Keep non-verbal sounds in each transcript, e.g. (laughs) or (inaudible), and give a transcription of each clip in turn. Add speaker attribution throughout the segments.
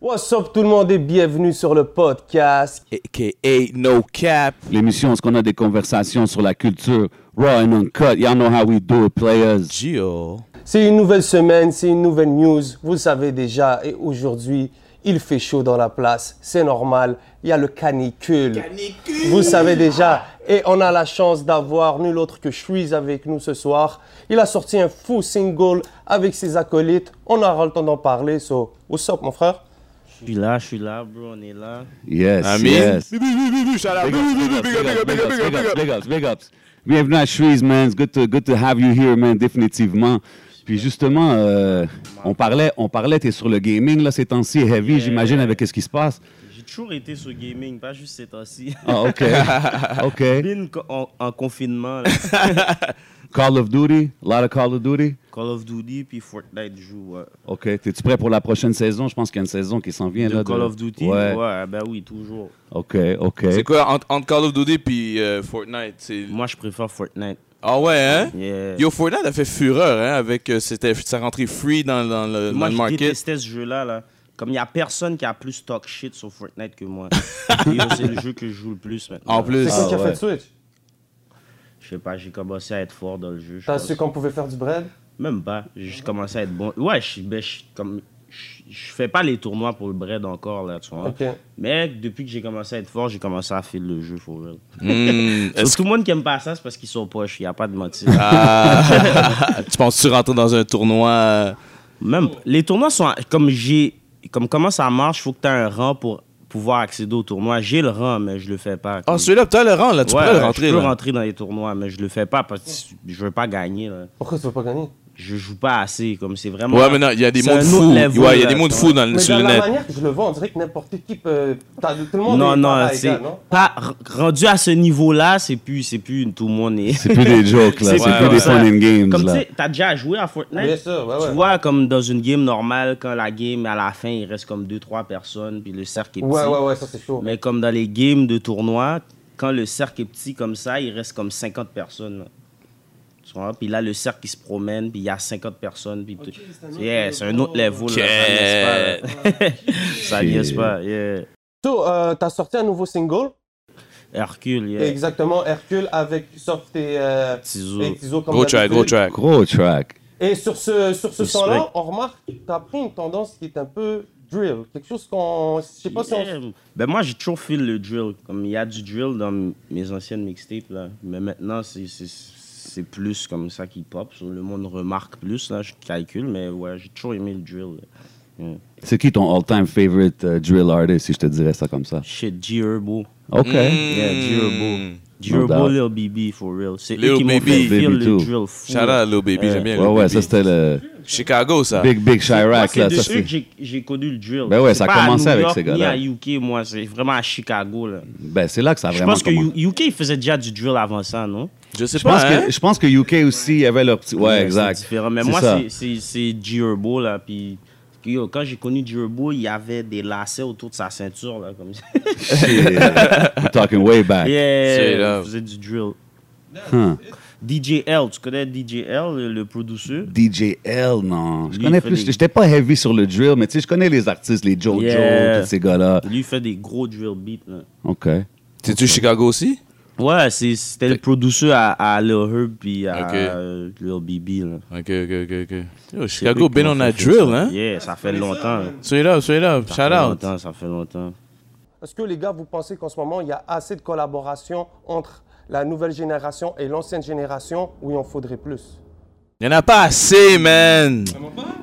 Speaker 1: What's up tout le monde et bienvenue sur le podcast.
Speaker 2: aka No Cap.
Speaker 3: L'émission, est-ce qu'on a des conversations sur la culture? Raw and uncut, y'all know how we do it, players.
Speaker 2: Gio.
Speaker 1: C'est une nouvelle semaine, c'est une nouvelle news, vous le savez déjà et aujourd'hui il fait chaud dans la place, c'est normal, il y a le canicule. Vous le savez déjà et on a la chance d'avoir nul autre que Shreeze avec nous ce soir. Il a sorti un fou single avec ses acolytes, on aura le temps d'en parler, so what's up mon frère
Speaker 4: Je suis là, je suis là, bro, on est là.
Speaker 3: Yes,
Speaker 2: Amin.
Speaker 3: yes.
Speaker 2: Big up, big up, big up, big up, big up.
Speaker 3: big ups, big ups. Bienvenue à Shreeze, man. It's good to, good to have you here, man, définitivement. Puis justement, euh, on parlait, on parlait, t'es sur le gaming, là, ces temps-ci, heavy, j'imagine, avec ce qui se passe.
Speaker 4: J'ai toujours été sur gaming, pas juste ces temps-ci. (laughs)
Speaker 3: Ah, OK. OK.
Speaker 4: Been co- en, en confinement, là.
Speaker 3: Call of Duty, a lot of Call of Duty.
Speaker 4: Call of Duty puis Fortnite joue. ouais.
Speaker 3: OK. T'es-tu prêt pour la prochaine saison? Je pense qu'il y a une saison qui s'en vient,
Speaker 4: De
Speaker 3: là.
Speaker 4: Call of Duty,
Speaker 3: Ouais.
Speaker 4: ouais. ben oui, toujours.
Speaker 3: OK, OK.
Speaker 2: C'est quoi entre, entre Call of Duty puis euh, Fortnite c'est-
Speaker 4: Moi, je préfère Fortnite.
Speaker 2: Ah ouais, hein
Speaker 4: Yeah.
Speaker 2: Yo, Fortnite a fait fureur, hein, avec euh, c'était- sa rentrée free dans, dans le, dans
Speaker 4: Moi,
Speaker 2: le
Speaker 4: je
Speaker 2: market.
Speaker 4: détestais ce jeu-là, là. Comme il n'y a personne qui a plus talk shit sur Fortnite que moi. (laughs) Yo, c'est le jeu que je joue le plus maintenant.
Speaker 2: En plus,
Speaker 1: C'est qui
Speaker 3: Ah,
Speaker 1: qui a
Speaker 3: ouais.
Speaker 1: fait le switch
Speaker 4: Je sais pas, j'ai commencé à être fort dans le jeu. je
Speaker 1: T'as
Speaker 4: pense.
Speaker 1: su qu'on pouvait faire du bread
Speaker 4: Même pas. J'ai commencé à être bon. Ouais, je suis ben, je suis comme. Je je fais pas les tournois pour le bread encore, là, tu vois.
Speaker 1: Ok.
Speaker 4: Mais depuis que j'ai commencé à être fort, j'ai commencé à faire le jeu, for real. (laughs)
Speaker 2: hmm, est-ce Ah.
Speaker 4: Parce que tout le monde qui aime pas ça, c'est parce qu'ils sont poches, il n'y a pas de motif.
Speaker 2: que Ah, tu penses-tu rentrer dans un tournoi euh,
Speaker 4: Même, les tournois sont. Comme j'ai. Comme comment ça marche, faut que tu aies un rang pour pouvoir accéder au tournoi. J'ai le rang, mais je le fais pas.
Speaker 2: Ah,
Speaker 4: Comme-
Speaker 2: celui-là, t'as le rang, là, tu
Speaker 4: Ouais,
Speaker 2: pourrais le
Speaker 4: ouais,
Speaker 2: rentrer,
Speaker 4: Je peux
Speaker 2: là.
Speaker 4: rentrer dans les tournois, mais je le fais pas parce que je veux pas gagner. Là.
Speaker 1: Pourquoi tu veux pas gagner
Speaker 4: Je joue pas assez. Comme c'est vraiment.
Speaker 2: Ouais, mais non, il y a des
Speaker 4: C'est
Speaker 2: mondes
Speaker 4: un autre
Speaker 2: fous.
Speaker 4: level,
Speaker 2: Ouais, il y a
Speaker 4: là,
Speaker 2: des mondes
Speaker 4: tu
Speaker 2: fous dans le-
Speaker 1: Mais
Speaker 2: sur
Speaker 1: dans
Speaker 2: le
Speaker 1: la
Speaker 2: net.
Speaker 1: manière que je le vois, on dirait que n'importe qui peut. t'as- Tout le monde
Speaker 4: Non,
Speaker 1: est
Speaker 4: non,
Speaker 1: pareil,
Speaker 4: c'est
Speaker 1: gars, non
Speaker 4: pas r- rendu à ce niveau-là, c'est plus, c'est plus tout le monde est.
Speaker 3: C'est plus des jokes, là.
Speaker 4: C'est
Speaker 3: C'est
Speaker 2: ouais,
Speaker 3: plus
Speaker 2: ouais.
Speaker 3: des fun and games,
Speaker 4: (laughs) Comme tu
Speaker 3: là.
Speaker 4: sais, t'as déjà joué à Fortnite.
Speaker 1: Bien sûr, ouais, ouais.
Speaker 4: Tu vois, comme dans une game normale, quand la game, à la fin, il reste comme 2-3 personnes, puis le cercle est petit.
Speaker 1: Ouais, ouais, ouais, ça c'est chaud.
Speaker 4: Mais comme dans les games de tournoi, quand le cercle est petit comme ça, il reste comme 50 personnes. là. Tu vois? Puis là, le cercle, il se promène, puis il y a 50 personnes. Puis tout- yeah, c'est un autre level. là,
Speaker 2: Ok.
Speaker 4: Ça niaise pas. là. (laughs) ça niaise pas, yeah.
Speaker 1: So, euh, t'as sorti un nouveau single,
Speaker 4: Hercule, yeah.
Speaker 1: exactement Hercule avec Soft et euh,
Speaker 4: Tizo.
Speaker 1: et Tizo comme
Speaker 2: Gros track,
Speaker 1: d'habitude.
Speaker 2: gros track.
Speaker 3: Gros track.
Speaker 1: Et sur ce, sur ce
Speaker 4: Respect.
Speaker 1: son-là, on remarque que t'as pris une tendance qui est un peu drill, quelque chose qu'on, je sais pas si on.
Speaker 4: Yeah. Ben moi, j'ai toujours fait le drill. Comme il y a du drill dans m- mes anciennes mixtapes, là. Mais maintenant, c'est- c'est c'est plus comme ça qui pop. So, Le monde remarque plus, là. Je calcule, mais ouais, j'ai toujours aimé le drill. là.
Speaker 3: C'est qui ton all-time favorite euh, drill artist, si je te dirais ça comme ça? Mm,
Speaker 4: Shit, G-Herbo.
Speaker 3: OK.
Speaker 4: Yeah,
Speaker 2: Hmm.
Speaker 4: G-Herbo.
Speaker 3: No
Speaker 4: G-Herbo,
Speaker 3: doubt.
Speaker 4: Lil BB, for real. C'est
Speaker 2: Lil
Speaker 4: eux qui m'ont
Speaker 2: Baby.
Speaker 4: fait feel
Speaker 3: Baby
Speaker 4: le
Speaker 3: too.
Speaker 4: drill fou.
Speaker 2: Shout out à Lil Baby,
Speaker 4: Euh,
Speaker 2: j'aime bien
Speaker 3: Ouais,
Speaker 2: Lil
Speaker 3: ouais,
Speaker 2: Baby.
Speaker 3: ça c'était le
Speaker 2: Chicago, ça.
Speaker 3: Big Big
Speaker 4: Moi,
Speaker 3: Chirac,
Speaker 4: c'est
Speaker 3: là.
Speaker 4: de
Speaker 3: Ça,
Speaker 4: ceux
Speaker 3: Ah. c'est...
Speaker 4: que j'ai- j'ai connu le drill.
Speaker 3: Ben ouais,
Speaker 4: C'est
Speaker 3: ça a
Speaker 4: pas à
Speaker 3: commencé
Speaker 4: New
Speaker 3: avec
Speaker 4: York,
Speaker 3: ces gars-là.
Speaker 4: Ni à UK, moi, c'est vraiment à Chicago, là.
Speaker 3: Ben, c'est là que ça a
Speaker 4: Je
Speaker 3: vraiment
Speaker 4: pense que
Speaker 3: commencé.
Speaker 4: U- UK il faisait déjà du drill avant ça, non?
Speaker 2: Je sais
Speaker 3: Je pense,
Speaker 2: pas, hein?
Speaker 3: que, je pense que UK aussi, il y avait leur petit... Ouais,
Speaker 4: c'est
Speaker 3: exact.
Speaker 4: différent. Mais
Speaker 3: C'est
Speaker 4: moi,
Speaker 3: ça.
Speaker 4: c'est- c'est c'est G-Herbo, là. Puis, yo, quand j'ai connu G-Herbo, il y avait des lacets autour de sa ceinture, là.
Speaker 3: (laughs)
Speaker 4: Comme ça.
Speaker 3: Shit. We're talking way back.
Speaker 2: C'est là.
Speaker 4: yeah, il faisait du drill.
Speaker 3: Huh.
Speaker 4: DJL, tu connais DJL, le, le producer?
Speaker 3: DJL, non. Je
Speaker 4: Lui,
Speaker 3: connais
Speaker 4: il fait
Speaker 3: plus...
Speaker 4: des-
Speaker 3: J'étais pas heavy sur le drill, mais tu sais, je connais les artistes, les JoJo,
Speaker 4: Yeah.
Speaker 3: tous ces gars-là.
Speaker 4: Lui, il fait des gros drill beats, là.
Speaker 3: OK.
Speaker 2: T'es-tu Chicago aussi?
Speaker 4: Ouais, c'est- c'était le producer à, à Lil Herb puis à
Speaker 2: Ok.
Speaker 4: euh, Lil BB, là.
Speaker 2: Ok, ok, ok, ok. Yo,
Speaker 4: C'est
Speaker 2: Chicago
Speaker 4: eux qui
Speaker 2: been
Speaker 4: m'ont
Speaker 2: on
Speaker 4: fait
Speaker 2: a
Speaker 4: faire
Speaker 2: drill,
Speaker 4: ça.
Speaker 2: hein?
Speaker 4: Yeah, ça fait longtemps. là.
Speaker 2: Straight up, straight up. Shout
Speaker 4: Ça fait
Speaker 2: out.
Speaker 4: longtemps, ça fait longtemps.
Speaker 1: Est-ce que les gars, vous pensez qu'en ce moment il y a assez de collaboration entre la nouvelle génération et l'ancienne génération, ou il en faudrait plus?
Speaker 2: Il y en a pas assez, man.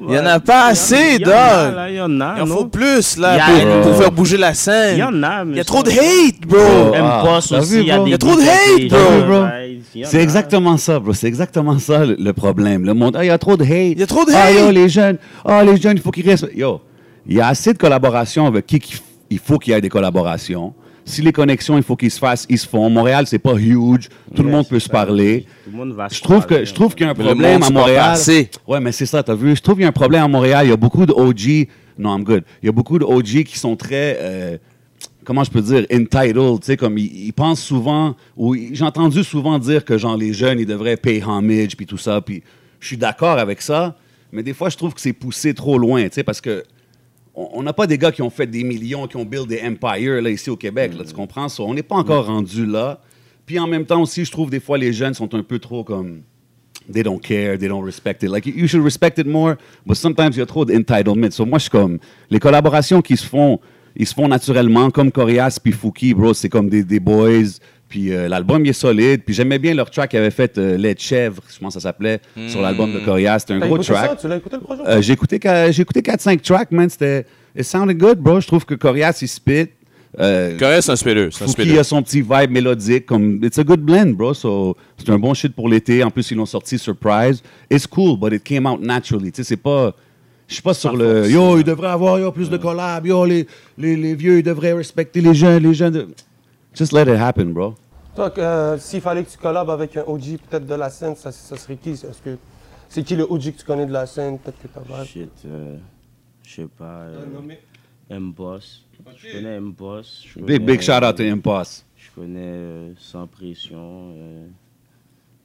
Speaker 2: Il y en a pas assez,
Speaker 4: Il y en a,
Speaker 2: dog.
Speaker 4: là, Il y en a,
Speaker 2: Il en
Speaker 4: non?
Speaker 2: faut plus, là,
Speaker 4: Il y a-
Speaker 2: pour- pour
Speaker 3: Bro.
Speaker 2: faire bouger la
Speaker 4: Il y en
Speaker 2: scène.
Speaker 4: a, mais...
Speaker 2: Il y a trop de
Speaker 4: ça-
Speaker 2: hate, bro.
Speaker 3: Bro. Ah,
Speaker 4: M-Post
Speaker 3: t'as
Speaker 4: aussi,
Speaker 3: vu,
Speaker 4: il y a
Speaker 3: bro?
Speaker 4: des
Speaker 2: Y a trop de hate,
Speaker 4: des-
Speaker 2: bro.
Speaker 4: des-
Speaker 3: Bro.
Speaker 4: Ouais, il y en
Speaker 3: C'est
Speaker 4: a.
Speaker 3: exactement ça, bro. C'est exactement ça le, le problème. Le monde, ah, il y a trop de hate.
Speaker 2: Il y a trop de
Speaker 3: Ah,
Speaker 2: hate.
Speaker 3: yo, les jeunes. Ah, les jeunes, il faut qu'ils restent. Yo, il y a assez de collaborations avec qui qu'il f- il faut qu'il y ait des collaborations. Si les connexions, il faut qu'ils se fassent, ils se font. Montréal, c'est pas huge. Tout le
Speaker 4: Ouais,
Speaker 3: monde
Speaker 4: c'est
Speaker 3: peut se
Speaker 4: ça.
Speaker 3: parler.
Speaker 4: Tout le monde va se
Speaker 3: Je trouve que
Speaker 4: parler,
Speaker 3: je trouve qu'il y a un
Speaker 2: Le monde
Speaker 3: problème
Speaker 2: se
Speaker 3: à
Speaker 2: parle pas
Speaker 3: Montréal.
Speaker 2: assez.
Speaker 3: Ouais, mais c'est ça, t'as vu. Je trouve qu'il y a un problème à Montréal. Il y a beaucoup de OG. Non, I'm good. Il y a beaucoup de OG qui sont très. euh, comment je peux dire, entitled, tu sais, comme ils, ils pensent souvent, ou ils- j'ai entendu souvent dire que, genre, les jeunes, ils devraient payer homage, puis tout ça, puis je suis d'accord avec ça, mais des fois, je trouve que c'est poussé trop loin, tu sais, parce que on on n'a pas des gars qui ont fait des millions, qui ont build des empires là, ici au Québec. là, tu
Speaker 1: Mm.
Speaker 3: comprends ça? On n'est pas encore rendu là. Puis en même temps aussi, je trouve des fois les jeunes sont un peu trop comme. They don't care, they don't respect it. Like, you should respect it more, but sometimes il y a trop d'entitlement. So moi, je suis comme. Les collaborations qui se font, ils se font naturellement, comme Corias puis Fouki, bro, c'est comme des, des boys. Puis euh, l'album, il est solide. Puis j'aimais bien leur track qu'ils avaient fait, euh, Les Chèvres, je pense que ça s'appelait, sur l'album
Speaker 1: Mm.
Speaker 3: de Corias. C'était un
Speaker 1: T'as
Speaker 3: gros
Speaker 1: écouté Ben,
Speaker 3: track.
Speaker 1: ça? Tu l'as écouté le projet?
Speaker 3: Euh, j'ai écouté, qua- j'ai écouté 4-5 tracks, man. C'était. It sounded good, bro. Je trouve que Corias, il spit. Euh,
Speaker 2: Correct, c'est un spédeux. C'est un
Speaker 3: Fouki
Speaker 2: spédeux.
Speaker 3: a son petit vibe mélodique. Comme, it's a good blend, bro. So, c'est un bon shit pour l'été. En plus, ils l'ont sorti surprise. It's cool, but it came out naturally. Tu sais, c'est pas. Je suis pas sur le. Yo, il devrait avoir yo, plus de collabs. Yo, les, les, les vieux, ils devraient respecter les jeunes. Les jeunes. de- Just let it happen, bro.
Speaker 1: Toi, euh, s'il fallait que tu collabes avec un OG peut-être de la scène, ça, ça serait qui? Est-ce que c'est qui le OG que tu connais de la scène? Peut-être que t'as pas.
Speaker 4: Shit, euh, je sais pas. euh, M-Boss. Je connais M-Boss. je
Speaker 3: Big,
Speaker 4: connais,
Speaker 3: big shout out to
Speaker 4: euh,
Speaker 3: Impasse.
Speaker 4: Je connais euh, Sans Pression. euh,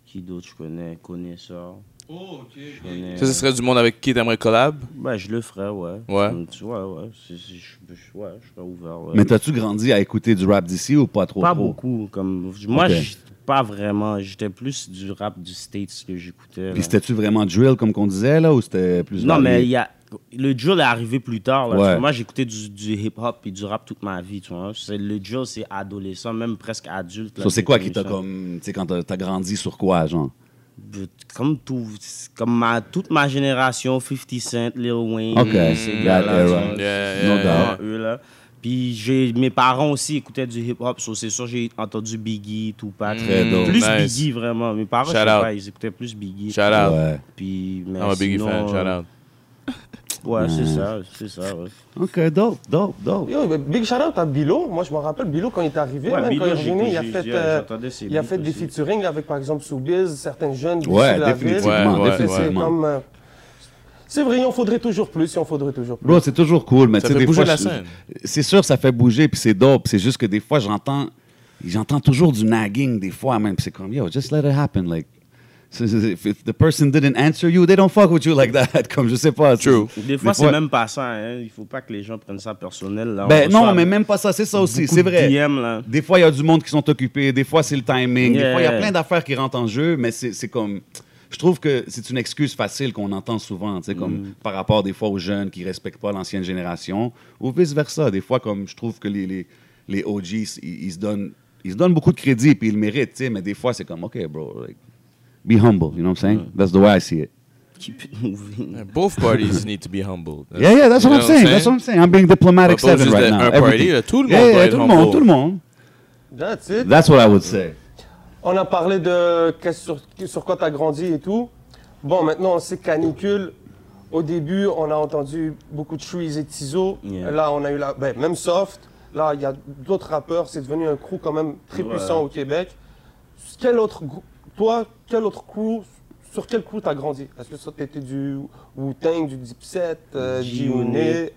Speaker 4: qui d'autre je connais Connaisseur. Je connais-
Speaker 2: Ça, ce serait du monde avec qui t'aimerais collab?
Speaker 4: Ben, je le ferais, ouais.
Speaker 2: Ouais.
Speaker 4: Comme tu- Ouais, ouais. c'est- c'est- je, je- ouais, je serais ouvert. ouais.
Speaker 3: Mais t'as-tu grandi à écouter du rap d'ici ou pas trop?
Speaker 4: Pas
Speaker 3: trop?
Speaker 4: beaucoup. Comme, moi,
Speaker 3: Ok.
Speaker 4: j- pas vraiment. J'étais plus du rap du States que j'écoutais.
Speaker 3: Puis
Speaker 4: là.
Speaker 3: c'était-tu vraiment drill comme qu'on disait là ou c'était plus
Speaker 4: Non, mais
Speaker 3: varié?
Speaker 4: il y a... le drill est arrivé plus tard. Là,
Speaker 3: Ouais.
Speaker 4: Tu vois, Moi, j'écoutais du, du hip-hop et du rap toute ma vie. Tu vois. C'est- Le drill, c'est adolescent, même presque adulte. là,
Speaker 3: So, c'est quoi qui t'a
Speaker 4: définition.
Speaker 3: comme. Tu sais, quand t'as t'as grandi sur quoi, genre?
Speaker 4: Comme, tout, comme ma, toute ma génération, 50 Cent, Lil Wayne,
Speaker 3: Ok,
Speaker 4: ces
Speaker 3: that
Speaker 4: gars-là. tu
Speaker 3: era.
Speaker 4: vois,
Speaker 2: Yeah,
Speaker 4: c'est
Speaker 2: yeah,
Speaker 4: vraiment
Speaker 2: yeah.
Speaker 4: eux, là. Puis j'ai- mes parents aussi écoutaient du hip-hop, so c'est sûr j'ai entendu Biggie, Tupac.
Speaker 3: Très dope.
Speaker 4: Plus
Speaker 2: Mm, Nice.
Speaker 4: Biggie, vraiment. Mes parents, je
Speaker 2: Shout
Speaker 4: sais
Speaker 2: out.
Speaker 4: pas, ils écoutaient plus Biggie.
Speaker 2: Shout out.
Speaker 3: Ouais.
Speaker 4: Puis, mais
Speaker 2: I'm a Biggie
Speaker 4: sinon,
Speaker 2: fan. Shout out.
Speaker 4: Ouais, c'est
Speaker 3: Mm.
Speaker 4: ça, c'est ça, ouais.
Speaker 3: Ok, dope, dope, dope.
Speaker 1: Yo, mais big shout out à Bilo. Moi, je me rappelle Bilo quand il est arrivé,
Speaker 4: Ouais,
Speaker 1: même
Speaker 4: Bilo,
Speaker 1: quand il
Speaker 4: j'ai-
Speaker 1: est revenu, il a
Speaker 4: j'ai-
Speaker 1: fait,
Speaker 4: j'ai-
Speaker 1: euh,
Speaker 4: j'entendais ses
Speaker 1: il a
Speaker 4: beats
Speaker 1: fait des
Speaker 4: aussi.
Speaker 1: featuring avec, par exemple, Soubiz, certains jeunes. d'ici
Speaker 3: Ouais,
Speaker 1: de la ville.
Speaker 3: définitivement,
Speaker 2: Ouais, ouais,
Speaker 1: C'est- C'est
Speaker 3: définitivement.
Speaker 1: comme, euh, c'est vrai, il en faudrait toujours plus, il en faudrait toujours plus.
Speaker 3: Bro, c'est toujours cool, mais
Speaker 2: Ça
Speaker 3: tu sais,
Speaker 2: fait
Speaker 3: des
Speaker 2: bouger
Speaker 3: fois.
Speaker 2: la
Speaker 3: je-
Speaker 2: scène.
Speaker 3: C'est sûr, ça fait bouger, puis c'est dope. C'est juste que des fois, j'entends. J'entends toujours du nagging, des fois, même. Puis c'est comme, yo, just let it happen. Like, (laughs) c'est- c'est- if if the person didn't answer you, they don't fuck with you like that. (laughs) Comme, je sais pas. c'est-
Speaker 2: True.
Speaker 4: Des fois, c'est même passant, hein. Il faut pas que les gens prennent ça personnel,
Speaker 2: Ah
Speaker 4: là.
Speaker 3: Ben
Speaker 4: On
Speaker 3: non,
Speaker 4: reçoit
Speaker 3: mais même pas ça, c'est ça aussi,
Speaker 4: beaucoup
Speaker 3: c'est
Speaker 4: de
Speaker 3: vrai.
Speaker 4: DM, là.
Speaker 3: Des fois, il y a du monde qui sont occupés, des fois, c'est le timing, des
Speaker 4: Yeah.
Speaker 3: fois, il y a plein d'affaires qui rentrent en jeu, mais c'est c'est comme. Je trouve que c'est une excuse facile qu'on entend souvent, tu sais,
Speaker 2: Mm.
Speaker 3: comme par rapport des fois aux jeunes qui respectent pas l'ancienne génération, ou vice-versa. Des fois, comme je trouve que les, les, les OGs, ils, ils se donnent, ils se donnent beaucoup de crédit et ils le méritent, tu sais, mais des fois, c'est comme, OK, bro, like, be humble, you know what I'm
Speaker 2: Mm.
Speaker 3: saying? That's the way I see it.
Speaker 4: Keep it moving.
Speaker 2: Both parties need to be humble.
Speaker 3: (laughs) Yeah, yeah, that's
Speaker 2: You
Speaker 3: what I'm
Speaker 2: know
Speaker 3: saying. That's what I'm saying. I'm being diplomatic
Speaker 2: Pas- pas
Speaker 3: seven
Speaker 2: juste
Speaker 3: right
Speaker 2: de-
Speaker 3: now.
Speaker 2: un party,
Speaker 3: Everything.
Speaker 2: là, tout le
Speaker 3: Yeah,
Speaker 2: monde
Speaker 3: yeah,
Speaker 2: doit être
Speaker 3: tout le monde,
Speaker 2: humble.
Speaker 3: tout le monde.
Speaker 1: That's it.
Speaker 3: That's what I would say.
Speaker 1: On a parlé de qu'est-ce sur, sur quoi tu as grandi et tout. Bon, maintenant, on sait canicule. Au début, on a entendu beaucoup de Trees et Tizo.
Speaker 4: Yeah.
Speaker 1: Là, on a eu la ben, même Soft. Là, il y a d'autres rappeurs. C'est devenu un crew quand même très
Speaker 4: Ouais.
Speaker 1: puissant au Québec. Quel autre, grou- toi, quel autre crew, sur quel crew t'as grandi Est-ce que ça, t'étais du Wu-Tang, du Dipset, euh,
Speaker 4: G-Unit,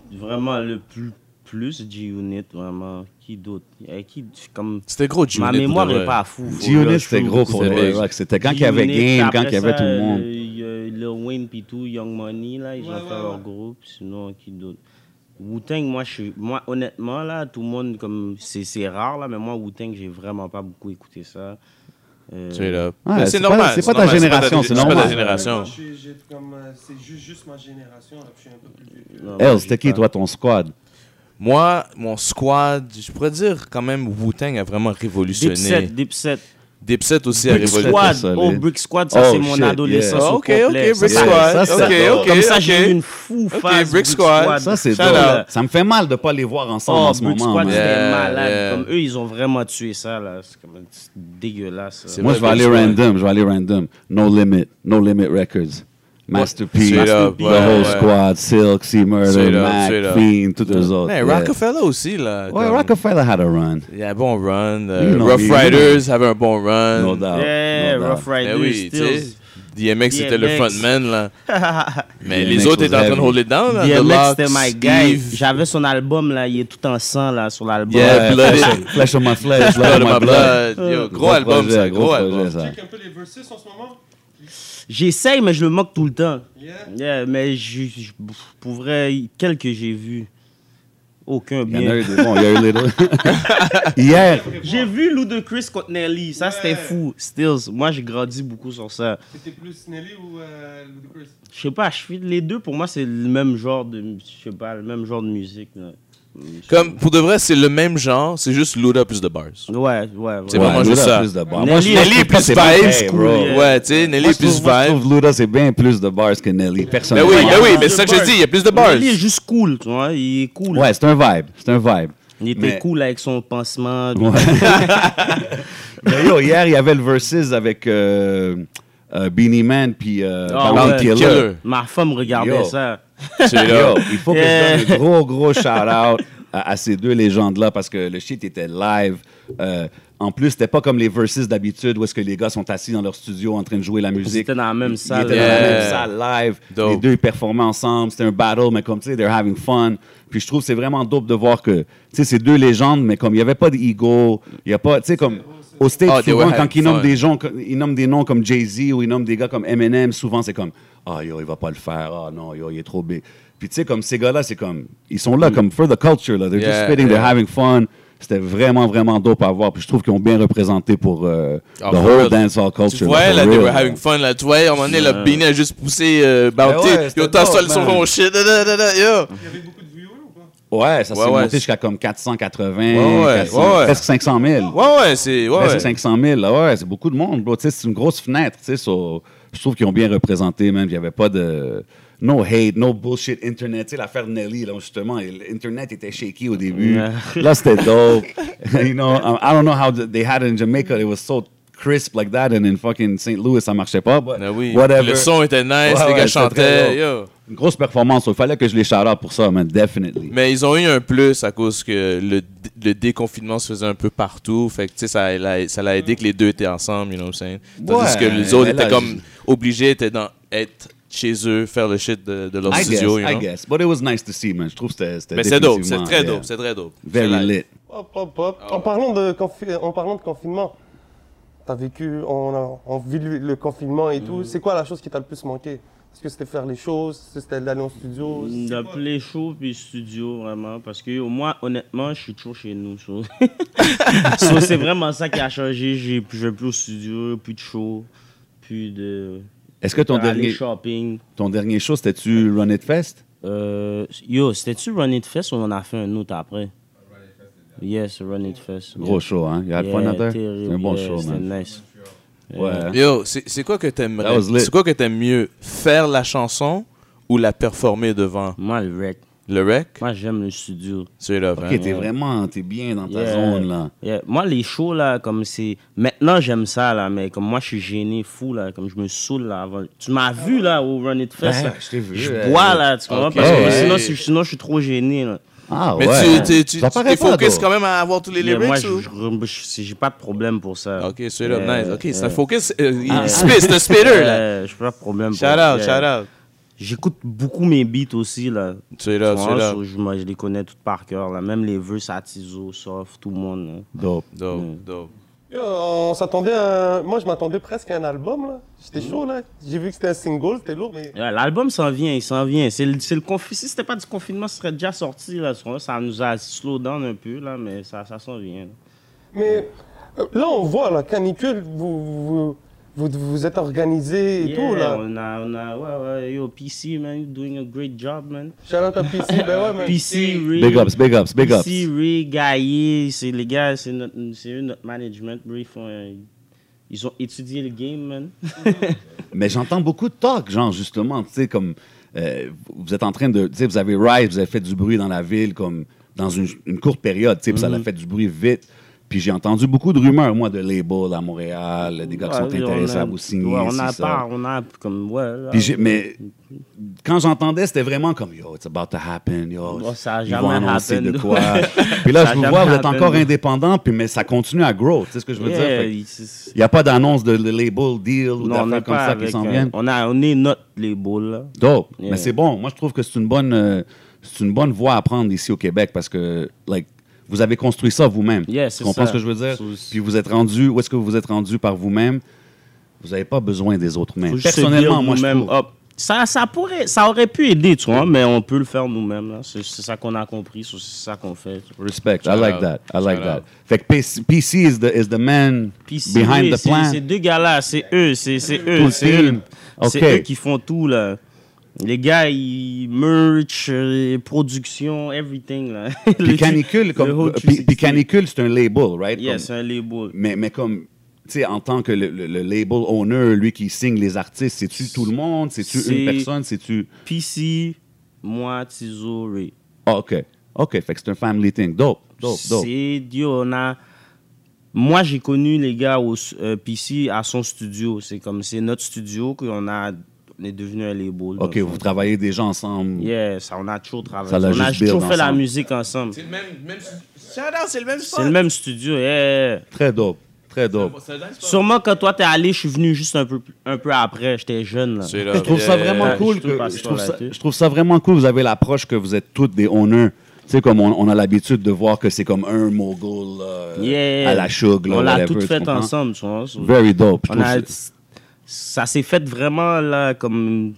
Speaker 1: G-Unit
Speaker 4: Vraiment le plus, plus G-Unit, vraiment. Qui d'autre Eh, qui, comme,
Speaker 2: C'était gros, G-Unit.
Speaker 4: Ma
Speaker 2: pour de
Speaker 4: mémoire
Speaker 2: vrai.
Speaker 4: n'est pas à fou. faut
Speaker 3: G-Unit,
Speaker 4: le-
Speaker 3: c'était
Speaker 4: je-
Speaker 3: gros pour
Speaker 2: c'est
Speaker 3: les
Speaker 2: big.
Speaker 3: Rock. C'était quand il y avait
Speaker 4: G-Unit,
Speaker 3: Game,
Speaker 4: puis
Speaker 3: quand il y
Speaker 4: après
Speaker 3: avait tout le
Speaker 4: ça, euh,
Speaker 3: monde.
Speaker 4: Le, le Wayne puis tout, Young Money, là, ils ont fait leur groupe. Sinon, qui d'autre Wu-Tang, moi, je suis- moi, honnêtement, là, tout le monde, comme, c'est c'est rare, là, mais moi, Wu-Tang, j'ai vraiment pas beaucoup écouté ça. Euh,
Speaker 2: Straight up.
Speaker 3: Ouais,
Speaker 2: Mais
Speaker 3: c'est
Speaker 2: c'est
Speaker 3: pas-
Speaker 2: normal.
Speaker 3: c'est pas ta
Speaker 2: normal,
Speaker 3: génération, c'est
Speaker 2: C'est pas
Speaker 3: normal.
Speaker 2: ta
Speaker 1: Euh,
Speaker 2: génération.
Speaker 1: C'est juste ma génération. Je suis un peu plus vieux.
Speaker 4: non, moi,
Speaker 3: Elle,
Speaker 4: j'ai
Speaker 3: c'était qui,
Speaker 4: pas-
Speaker 3: toi, ton squad?
Speaker 2: Moi, mon squad, je pourrais dire quand même Wu-Tang a vraiment
Speaker 4: Dipset,
Speaker 2: révolutionné.
Speaker 4: Dipset.
Speaker 2: Dipset aussi a
Speaker 4: Brick
Speaker 3: Dipset.
Speaker 2: révolutionné.
Speaker 4: Squad.
Speaker 3: solide.
Speaker 4: Oh, Brick Squad, ça,
Speaker 3: Oh,
Speaker 4: c'est mon
Speaker 3: shit,
Speaker 4: adolescence.
Speaker 3: yeah.
Speaker 4: au
Speaker 2: Ok,
Speaker 4: complet,
Speaker 2: ok, Brick
Speaker 4: ça.
Speaker 2: Squad.
Speaker 3: ça, c'est
Speaker 2: Ok, ok.
Speaker 4: Comme ça, j'ai eu
Speaker 2: ok.
Speaker 4: une fou
Speaker 2: Ok,
Speaker 4: phase.
Speaker 2: Brick Squad.
Speaker 3: Ça, c'est
Speaker 4: Shout
Speaker 3: drôle.
Speaker 4: out.
Speaker 3: Ça me fait mal de pas les voir ensemble
Speaker 4: Oh,
Speaker 3: en ce
Speaker 4: Brick
Speaker 3: moment.
Speaker 4: Squad,
Speaker 3: man.
Speaker 4: c'était
Speaker 2: Yeah,
Speaker 4: malade.
Speaker 2: yeah.
Speaker 4: Comme eux, ils ont vraiment tué ça, là. C'est comme un petit- dégueulasse. ça.
Speaker 2: C'est
Speaker 3: Moi,
Speaker 2: vrai,
Speaker 3: je vais aller
Speaker 2: Brick Squad.
Speaker 3: random. Je vais aller random. No Limit. No Limit Records. Masterpiece.
Speaker 2: Straight up,
Speaker 3: The
Speaker 2: ouais,
Speaker 3: Whole
Speaker 2: ouais.
Speaker 3: Squad. Silk, Sea Murder,
Speaker 2: Straight up, straight
Speaker 3: Mac,
Speaker 2: up.
Speaker 3: Fiend, tous eux autres.
Speaker 2: Mais
Speaker 3: yeah.
Speaker 2: Rockefeller aussi, là.
Speaker 3: Ouais,
Speaker 2: comme-
Speaker 3: Rockefeller had a run.
Speaker 2: Il y a un bon run. euh,
Speaker 3: You know
Speaker 2: Rough
Speaker 3: me, you
Speaker 2: Riders avait un bon run.
Speaker 3: No doubt.
Speaker 4: Yeah,
Speaker 3: no doubt.
Speaker 4: Rough
Speaker 2: Eh
Speaker 4: Riders,
Speaker 2: oui, tu sais.
Speaker 4: Stills.
Speaker 2: DMX, c'était le
Speaker 4: DMX.
Speaker 2: frontman,
Speaker 3: (laughs)
Speaker 2: là. Mais les
Speaker 3: DMX
Speaker 2: autres
Speaker 3: was
Speaker 2: étaient en train
Speaker 3: heavy.
Speaker 2: de hold it down, là. The
Speaker 4: DMX,
Speaker 2: Lock,
Speaker 4: c'était my guy.
Speaker 2: Steve.
Speaker 4: J'avais son album, là. Il est tout en sang, là, sur l'album.
Speaker 2: Yeah,
Speaker 3: Ouais,
Speaker 2: Blooded.
Speaker 3: Flesh of- Flesh of
Speaker 2: (laughs)
Speaker 3: my flesh. Blood
Speaker 2: Blood
Speaker 3: of
Speaker 2: in
Speaker 3: my blood.
Speaker 2: Blood. Yo, gros album,
Speaker 3: projet,
Speaker 2: ça. Gros
Speaker 3: projet,
Speaker 2: album.
Speaker 3: ça.
Speaker 1: un peu les versus en ce moment
Speaker 4: J'essaye, mais je le moque tout le temps.
Speaker 1: Yeah.
Speaker 4: Yeah, mais je, je- pour vrai, quel que j'ai vu. Aucun
Speaker 3: Il y en a
Speaker 4: bien.
Speaker 3: eu des bons, il y a
Speaker 2: (laughs)
Speaker 3: eu les deux. Hier,
Speaker 4: J'ai vu Lou de Chris contre Nelly, ça c'était fou. Stills, moi j'ai grandi beaucoup sur ça.
Speaker 5: C'était plus Nelly ou euh, Ludacris
Speaker 4: Je sais pas, je suis les deux pour moi c'est le même genre de je sais pas, le même genre de musique là.
Speaker 2: Comme, pour de vrai, c'est le même genre, c'est juste Luda plus de bars.
Speaker 4: Ouais, ouais, ouais.
Speaker 2: C'est vraiment
Speaker 3: Luda
Speaker 2: juste ça.
Speaker 3: plus de bars.
Speaker 4: Nelly-
Speaker 3: Moi, je
Speaker 4: Nelly
Speaker 3: trouve
Speaker 2: est
Speaker 3: que
Speaker 2: plus
Speaker 3: c'est
Speaker 2: vibe,
Speaker 3: bien,
Speaker 4: cool.
Speaker 3: bro.
Speaker 4: Yeah.
Speaker 2: Ouais, tu sais, Nelly
Speaker 3: Moi,
Speaker 2: est
Speaker 3: je trouve-
Speaker 2: plus
Speaker 3: moi, Je
Speaker 2: vibe.
Speaker 3: trouve Luda, c'est bien plus de bars que Nelly,
Speaker 2: Ben
Speaker 3: personnellement.
Speaker 2: oui, ben oui,
Speaker 4: Plus
Speaker 2: mais
Speaker 4: de
Speaker 2: c'est ça que je
Speaker 4: bars.
Speaker 2: dis, il y a plus de bars.
Speaker 4: Nelly est juste cool, tu vois, il est cool.
Speaker 3: Ouais, c'est un vibe, c'est un vibe.
Speaker 4: Il était
Speaker 3: Mais-
Speaker 4: cool avec son pansement.
Speaker 2: (laughs)
Speaker 3: Ouais. Mais yo, hier, il y avait le versus avec euh, euh, Beanie Man puis euh,
Speaker 4: Ah,
Speaker 3: Bounty Killer.
Speaker 4: ouais.
Speaker 2: Killer.
Speaker 4: Ma femme regardait
Speaker 3: Yo.
Speaker 4: ça.
Speaker 2: (laughs) C'est là.
Speaker 3: Yo, il faut que je donne un gros, gros shout-out à, à ces deux légendes-là parce que le shit était live. Euh, en plus, c'était pas comme les versus d'habitude où est-ce que les gars sont assis dans leur studio en train de jouer la musique.
Speaker 4: C'était dans la même salle.
Speaker 3: Ils étaient dans la
Speaker 2: Yeah.
Speaker 3: même salle live.
Speaker 2: Dope.
Speaker 3: Les deux ils performaient ensemble. C'était un battle, mais comme tu sais, they're having fun. Puis je trouve que c'est vraiment dope de voir que, tu sais, c'est deux légendes, mais comme il n'y avait pas d'ego, il n'y a pas, tu sais, comme au stage,
Speaker 2: Oh, they
Speaker 3: souvent,
Speaker 2: were
Speaker 3: quand ils
Speaker 2: having
Speaker 3: nomment,
Speaker 2: fun.
Speaker 3: des gens, ils nomment des noms comme Jay-Z ou ils nomment des gars comme Eminem, souvent c'est comme, ah yo, il va pas le faire, ah non, yo, il est trop big. Puis tu sais, comme ces gars-là, c'est comme, ils sont là, comme for the culture, là. They're just
Speaker 2: Yeah,
Speaker 3: spitting, they're
Speaker 2: yeah.
Speaker 3: having fun. C'était vraiment, vraiment dope à voir. Puis je trouve qu'ils ont bien représenté pour euh,
Speaker 2: Ah,
Speaker 3: the
Speaker 2: for
Speaker 3: whole
Speaker 2: real.
Speaker 3: dancehall culture.
Speaker 2: Tu vois,
Speaker 3: for
Speaker 2: là, they
Speaker 3: real,
Speaker 2: were
Speaker 3: là.
Speaker 2: having fun, là. Tu vois, à un moment donné, la Beanie a juste poussé euh, Bounty.
Speaker 3: Ben ouais, c'était
Speaker 2: yo, t'as
Speaker 3: dope,
Speaker 2: ça, le son
Speaker 3: man.
Speaker 2: mon shit. Da, da, da, da, yo.
Speaker 5: Il y avait beaucoup de viewers ou pas
Speaker 3: Ouais, ça
Speaker 2: Ouais,
Speaker 3: s'est
Speaker 2: ouais.
Speaker 3: monté jusqu'à comme 480,
Speaker 2: Ouais, ouais,
Speaker 3: 400,
Speaker 2: ouais, ouais.
Speaker 3: presque 500 000.
Speaker 2: Ouais, ouais, c'est. Ouais,
Speaker 3: Presque
Speaker 2: ouais.
Speaker 3: 500 000, là, ouais, c'est beaucoup de monde, bro. Tu sais, c'est une grosse fenêtre, tu sais, so- je trouve qu'ils ont bien représenté, même. Il n'y avait pas de... No hate, no bullshit Internet. Tu sais, l'affaire de Nelly, là, justement, Internet était shaky au début.
Speaker 4: Ouais.
Speaker 3: Là, c'était
Speaker 2: (laughs)
Speaker 3: dope. you know, um, I don't know how th- they had it in Jamaica. It was so crisp like that. And in fucking St. Louis, ça marchait pas. But
Speaker 2: Ben oui.
Speaker 3: whatever.
Speaker 2: Le son était nice,
Speaker 3: Ouais,
Speaker 2: les
Speaker 3: ouais,
Speaker 2: gars
Speaker 3: c'était très
Speaker 2: chantaient.
Speaker 3: dope.
Speaker 2: Yo.
Speaker 3: Une grosse performance. Il fallait que je les shout out pour ça, man. Definitely.
Speaker 2: Mais ils ont eu un plus à cause que le, dé- le déconfinement se faisait un peu partout. Fait que, tu sais, ça l'a ça l'a aidé que les deux étaient ensemble, you know what I'm saying? Tandis
Speaker 3: Ouais,
Speaker 2: que les autres
Speaker 3: mais là,
Speaker 2: étaient comme
Speaker 3: je-
Speaker 2: obligés, étaient dans, être chez eux, faire le shit de, de leur
Speaker 3: I guess,
Speaker 2: studio, you
Speaker 3: I
Speaker 2: know?
Speaker 3: guess. But it was nice to see, man. Je trouve que c'était- c'était
Speaker 2: Mais c'est dope, c'est
Speaker 3: définitivement,
Speaker 2: très
Speaker 3: yeah,
Speaker 2: dope, c'est très dope. C'est
Speaker 3: Very
Speaker 2: live.
Speaker 3: lit.
Speaker 1: Hop, hop, hop. En, parlant de confi- en parlant de confinement, t'as vécu, on a on vit le le confinement et tout. C'est quoi la chose qui t'a le plus manqué Est-ce que c'était faire les choses Est-ce que c'était d'aller en studio
Speaker 4: Il a appelé les shows puis studio vraiment parce que moi honnêtement je suis toujours chez nous so. (laughs) So, c'est vraiment ça qui a changé j'ai plus je vais plus au studio plus de show plus de
Speaker 3: Est-ce que ton
Speaker 4: Euh, aller
Speaker 3: dernier,
Speaker 4: shopping
Speaker 3: ton dernier show, c'était-tu Run It Fest?
Speaker 4: Euh, yo c'était tu Run It Fest ou on en a fait un autre après yes Run It Fest
Speaker 3: Gros show, hein? You had fun out there? C'est un bon show, man.
Speaker 4: nice
Speaker 3: Ouais.
Speaker 2: Yo, c'est c'est quoi que
Speaker 3: Hein? That
Speaker 2: t'aimerais?
Speaker 3: was lit.
Speaker 2: C'est quoi que t'aimes mieux? Faire la chanson ou la performer devant
Speaker 4: moi le rec
Speaker 2: le rec?
Speaker 4: moi j'aime le studio
Speaker 2: C'est là,
Speaker 3: Ok, t'es vraiment, t'es bien dans ta
Speaker 4: Yeah.
Speaker 3: zone, là.
Speaker 4: Yeah. Moi, les shows, là, comme c'est. Maintenant, j'aime ça, là, mais comme moi, je suis gêné, fou, là, comme je me saoule, là. avant- Tu m'as vu, là, au Run It Fest.
Speaker 3: Ouais,
Speaker 4: là.
Speaker 3: je t'ai vu,
Speaker 4: Je
Speaker 3: euh,
Speaker 4: bois, là, tu comprends?
Speaker 2: ok.
Speaker 4: Parce que
Speaker 3: Ouais.
Speaker 4: sinon, si- sinon, je suis trop gêné, là.
Speaker 3: Ah,
Speaker 2: Mais
Speaker 3: ouais.
Speaker 2: tu, tu, tu,
Speaker 3: Ça
Speaker 2: tu
Speaker 3: paraît
Speaker 2: t'es
Speaker 3: pas,
Speaker 2: focus
Speaker 3: though.
Speaker 2: quand même à avoir tous les
Speaker 4: Mais
Speaker 2: lyrics
Speaker 4: moi, je-
Speaker 2: ou?
Speaker 4: je- je- j'ai pas de problème pour ça.
Speaker 2: Ok, straight up,
Speaker 4: Euh,
Speaker 2: nice. Ok, c'est
Speaker 4: euh,
Speaker 2: un focus. euh, il spit, c'est un spitter, là.
Speaker 4: euh, j'ai pas de problème pour
Speaker 2: Shout out,
Speaker 4: yeah.
Speaker 2: shout out.
Speaker 4: J'écoute beaucoup mes beats aussi, là.
Speaker 2: Straight up,
Speaker 4: Tu
Speaker 2: straight
Speaker 4: vois,
Speaker 2: up.
Speaker 4: so, je, moi, je les connais toutes par cœur, là. Même les vœux, Satizo, Soft, tout le monde, là.
Speaker 3: Dope.
Speaker 2: Dope, dope.
Speaker 1: Yo, On s'attendait à... Moi, je m'attendais presque à un album, là. J'étais chaud, là. J'ai vu que c'était un single, c'était lourd, mais...
Speaker 4: Ouais, L'album s'en vient, il s'en vient. C'est le, c'est le confi- Si c'était pas du confinement, ce serait déjà sorti. Là. Tu vois, Ça nous a slow down un peu, là, mais ça, ça s'en vient. là.
Speaker 1: Mais euh, là, on voit, la canicule, vous... vous... Vous, vous êtes organisé et
Speaker 4: Yeah,
Speaker 1: tout là.
Speaker 4: On a, on a, ouais, ouais, yo, PC, man, you're doing a great job, man.
Speaker 1: Shout-out à PC, ben ouais, man.
Speaker 4: PC, Ray.
Speaker 3: Big ups, big ups, big ups.
Speaker 4: PC, Ray, Gaillé, c'est les gars, c'est notre, c'est eux, notre management, bro, ils font, euh, ils ont étudié le game, man.
Speaker 3: Mais j'entends beaucoup de talk, genre, justement, tu sais, comme euh, vous êtes en train de. Tu sais, vous avez Rise, vous avez fait du bruit dans la ville, comme dans une, une courte période, tu sais, puis ça
Speaker 4: Mm-hmm.
Speaker 3: a fait du bruit vite. Puis j'ai entendu beaucoup de rumeurs, moi, de labels à Montréal, des gars qui sont
Speaker 4: Ouais, on a-
Speaker 3: intéressés à vous signer.
Speaker 4: ouais, on
Speaker 3: ci,
Speaker 4: a
Speaker 3: ça.
Speaker 4: pas, on a comme, ouais. là,
Speaker 3: Puis j'ai- mais quand j'entendais, c'était vraiment comme Yo, it's about to happen. Yo,
Speaker 4: Oh, ça a
Speaker 3: ils
Speaker 4: jamais
Speaker 3: vont annoncer
Speaker 4: happened.
Speaker 3: de
Speaker 4: (laughs)
Speaker 3: quoi. puis là,
Speaker 4: Ça a
Speaker 3: je vous
Speaker 4: jamais
Speaker 3: vois, vous êtes
Speaker 4: happened.
Speaker 3: encore indépendant, puis mais ça continue à grow. Tu sais ce que je veux
Speaker 4: yeah,
Speaker 3: dire?
Speaker 4: il- c'est-
Speaker 3: Il n'y a pas d'annonce de label deal ou
Speaker 4: non, on n'est
Speaker 3: d'affaires comme
Speaker 4: pas
Speaker 3: ça qui
Speaker 4: avec,
Speaker 3: s'en
Speaker 4: euh,
Speaker 3: viennent.
Speaker 4: on a, on est notre label, là.
Speaker 3: Dope.
Speaker 4: Yeah.
Speaker 3: Mais c'est bon. Moi, je trouve que c'est une bonne, euh, c'est une bonne voie à prendre ici au Québec parce que, like, vous avez construit ça vous-même.
Speaker 4: Yeah, c'est
Speaker 3: tu comprends ce
Speaker 4: ça.
Speaker 3: que je veux dire?
Speaker 4: C'est-
Speaker 3: Puis vous êtes rendu, où est-ce que vous êtes rendu par vous-même? Vous n'avez pas besoin des autres mains.
Speaker 4: Faut juste se
Speaker 3: Personnellement,
Speaker 4: dire
Speaker 3: moi, je
Speaker 4: nous-mêmes,
Speaker 3: trouve.
Speaker 4: hop, Ça, ça, pourrait, ça aurait pu aider, tu vois, mais on peut le faire nous-mêmes. là. C'est c'est ça qu'on a compris, c'est ça qu'on fait. tu vois.
Speaker 3: Respect. I
Speaker 2: Shout
Speaker 3: like
Speaker 2: out.
Speaker 3: that. I like
Speaker 2: Shout
Speaker 3: that.
Speaker 2: out.
Speaker 3: Fait que PC, PC is the, is the man
Speaker 4: Puis c'est
Speaker 3: behind
Speaker 4: eux,
Speaker 3: the
Speaker 4: c'est- Ces
Speaker 3: plan.
Speaker 4: deux gars-là, c'est eux, c'est c'est
Speaker 3: Tout
Speaker 4: eux,
Speaker 3: le
Speaker 4: c'est eux,
Speaker 3: team.
Speaker 4: le- c'est
Speaker 3: Ok.
Speaker 4: eux qui font tout là. Les gars, ils merch, euh, production, everything là. (laughs)
Speaker 3: Puis
Speaker 4: Le-
Speaker 3: Canicule,
Speaker 4: le
Speaker 3: comme, euh,
Speaker 4: whole
Speaker 3: puis, puis
Speaker 4: 360.
Speaker 3: Canicule, c'est un label, right?
Speaker 4: Yeah,
Speaker 3: Comme-
Speaker 4: c'est un label.
Speaker 3: mais, mais comme, tu sais, en tant que le, le- le label owner, lui qui signe les artistes, c'est-tu tout le monde? C'est-tu
Speaker 4: C'est-
Speaker 3: une personne? C'est-tu...
Speaker 4: PC, moi, Tizo, Ray.
Speaker 3: Ah, OK. OK, fait que c'est un family thing. Dope, dope, dope.
Speaker 4: C'est Dieu, on a. Moi, j'ai connu les gars au s- euh, PC à son studio. C'est comme c'est notre studio qu'on a. On est devenu un label.
Speaker 3: OK,
Speaker 4: dans le
Speaker 3: vous
Speaker 4: fond.
Speaker 3: travaillez déjà ensemble.
Speaker 4: Yeah, ça, on a toujours travaillé.
Speaker 3: Ça l'a
Speaker 4: on a
Speaker 3: juste build
Speaker 4: toujours fait la
Speaker 3: ensemble.
Speaker 4: musique ensemble.
Speaker 6: C'est le même. même Shout out, c'est le même
Speaker 4: C'est le même studio, yeah.
Speaker 3: Très dope, très dope.
Speaker 4: Sûrement quand toi t'es allé, je suis venu juste un peu, un peu après, j'étais jeune. Là. euh,
Speaker 2: C'est là,
Speaker 3: Je trouve ça
Speaker 2: yeah.
Speaker 3: vraiment
Speaker 4: Ouais,
Speaker 3: cool.
Speaker 4: je trouve
Speaker 3: que-
Speaker 4: pas
Speaker 3: je,
Speaker 4: ça
Speaker 3: trouve ça,
Speaker 4: là-dessus.
Speaker 3: je trouve ça vraiment cool. Vous avez l'approche que vous êtes toutes des owners. Tu sais, comme on, on a l'habitude de voir que c'est comme un mogul euh,
Speaker 4: Yeah.
Speaker 3: à la chougue. là,
Speaker 4: On l'a
Speaker 3: whatever,
Speaker 4: tout
Speaker 3: tu
Speaker 4: fait
Speaker 3: comprends?
Speaker 4: ensemble, tu vois. So-
Speaker 3: Very dope. je
Speaker 4: On
Speaker 3: trouve
Speaker 4: a-
Speaker 3: ça-
Speaker 4: ça s'est fait vraiment là, comme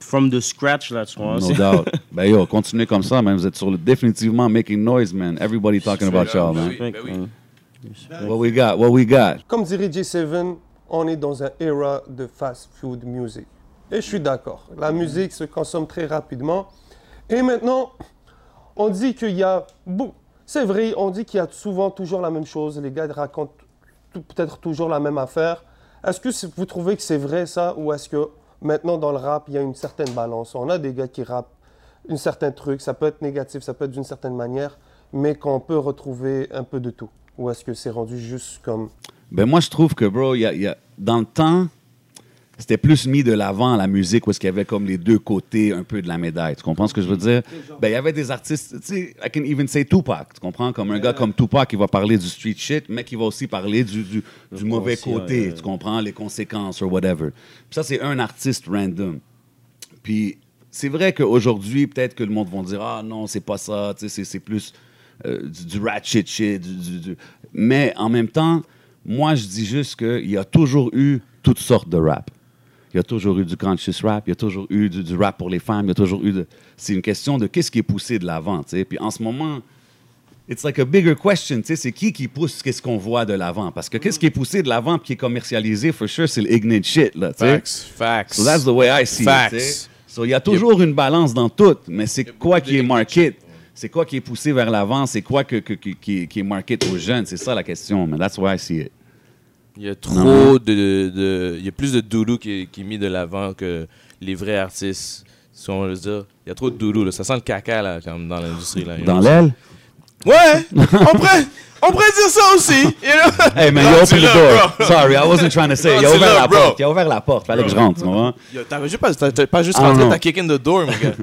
Speaker 4: from the scratch, là, tu vois.
Speaker 3: No
Speaker 4: C'est-
Speaker 3: doubt.
Speaker 4: (laughs)
Speaker 3: Ben yo, continuez comme ça, man. Vous êtes sur le définitivement making noise, man. Everybody talking about y'all, man.
Speaker 6: Ben
Speaker 4: euh,
Speaker 6: oui.
Speaker 3: What we got, what we got.
Speaker 1: Comme dirait J7, on est dans un era de fast food music. Et je suis d'accord. La musique se consomme très rapidement. Et maintenant, on dit qu'il y a. Bon, c'est vrai, on dit qu'il y a souvent toujours la même chose. Les gars racontent tout- peut-être toujours la même affaire. Est-ce que c'est- vous trouvez que c'est vrai ça ou est-ce que maintenant dans le rap, il y a une certaine balance On a des gars qui rappent un certain truc, ça peut être négatif, ça peut être d'une certaine manière, mais qu'on peut retrouver un peu de tout. Ou est-ce que c'est rendu juste comme
Speaker 3: Ben moi, je trouve que, bro, il y a- il y a- dans le temps, c'était plus mis de l'avant la musique, où est-ce qu'il y avait comme les deux côtés un peu de la médaille. Tu comprends ce que je veux dire? Ben, il y avait des artistes, tu sais, I can even say Tupac, tu comprends? Comme un gars comme Tupac qui va parler du street shit, mais qui va aussi parler du, du, du mauvais
Speaker 4: conscient,
Speaker 3: côté,
Speaker 4: euh,
Speaker 3: tu comprends? Les conséquences ou whatever. Puis ça, c'est un artiste random. Puis c'est vrai qu'aujourd'hui, peut-être que le monde va dire Ah non, c'est pas ça, tu sais, c'est, c'est plus euh, du, du ratchet shit. du- du- du- Mais en même temps, moi, je dis juste qu'il y a toujours eu toutes sortes de rap. Il y a toujours eu du conscious rap, il y a toujours eu du, du rap pour les femmes, il y a toujours eu. de- C'est une question de qu'est-ce qui est poussé de l'avant, tu sais. Puis en ce moment, It's like a bigger question, tu sais, c'est qui qui pousse qu'est-ce qu'on voit de l'avant? Parce que qu'est-ce qui est poussé de l'avant puis qui est commercialisé, for sure, c'est le ignorant shit, là, tu sais.
Speaker 2: Facts, facts.
Speaker 3: So that's the way I see
Speaker 2: Facts.
Speaker 3: it. tu sais. So il y a toujours une balance dans tout, mais c'est quoi qui est market? C'est quoi qui est poussé vers l'avant? C'est quoi que, que- que- qui, qui est market aux jeunes? C'est ça la question, man. That's why I see it.
Speaker 2: Il y a trop de, de- Il y a plus de doudou qui, qui est mis de l'avant que les vrais artistes. Si on veut dire. Il y a trop de doudou, là. Ça sent le caca, là, comme dans l'industrie, là. you
Speaker 3: Dans
Speaker 2: know.
Speaker 3: l'aile?
Speaker 2: Ouais! on, pourrait, on pourrait dire ça aussi! you know?
Speaker 3: Hey, man, you
Speaker 2: Rendu
Speaker 3: opened the
Speaker 2: là,
Speaker 3: door. Sorry, I wasn't trying to say. Il a
Speaker 2: Rendu
Speaker 3: ouvert
Speaker 2: là,
Speaker 3: la
Speaker 2: bro.
Speaker 3: porte. Il a ouvert la porte. Fallait que je rentre, tu comprends?
Speaker 2: Yo, T'avais juste pas, t'as- t'as pas juste
Speaker 3: Ah,
Speaker 2: rentré,
Speaker 3: non.
Speaker 2: t'as kick in the door, mon
Speaker 3: (laughs)
Speaker 2: gars.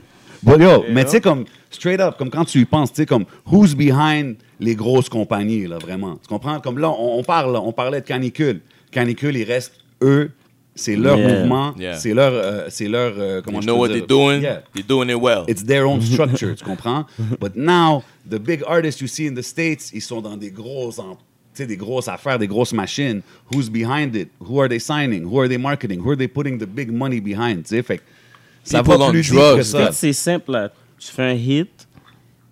Speaker 3: Bon, yo, mais tu sais, comme, straight up, comme quand tu y penses, tu sais, comme, who's behind les grosses compagnies, là, vraiment? Tu comprends? Comme là, on, on parle, là, on parlait de canicule. Canicule, ils restent, eux, c'est leur
Speaker 4: Yeah.
Speaker 3: mouvement,
Speaker 2: Yeah.
Speaker 3: c'est leur, euh, c'est leur, euh, comment
Speaker 2: You
Speaker 3: je
Speaker 2: know
Speaker 3: peux
Speaker 2: what
Speaker 3: dire?
Speaker 2: they're doing?
Speaker 3: Yeah.
Speaker 2: They're doing it well.
Speaker 3: It's their own structure, tu comprends? But now, the big artists you see in the States, ils sont dans des grosses, en- tu sais, des grosses affaires, des grosses machines. Who's behind it? Who are they signing? Who are they marketing? Who are they putting the big money behind? Tu sais, fait que ça
Speaker 2: People
Speaker 3: va
Speaker 2: on
Speaker 3: plus deep
Speaker 2: drugs,
Speaker 3: que ça.
Speaker 4: Fait que C'est simple, là. tu fais un hit,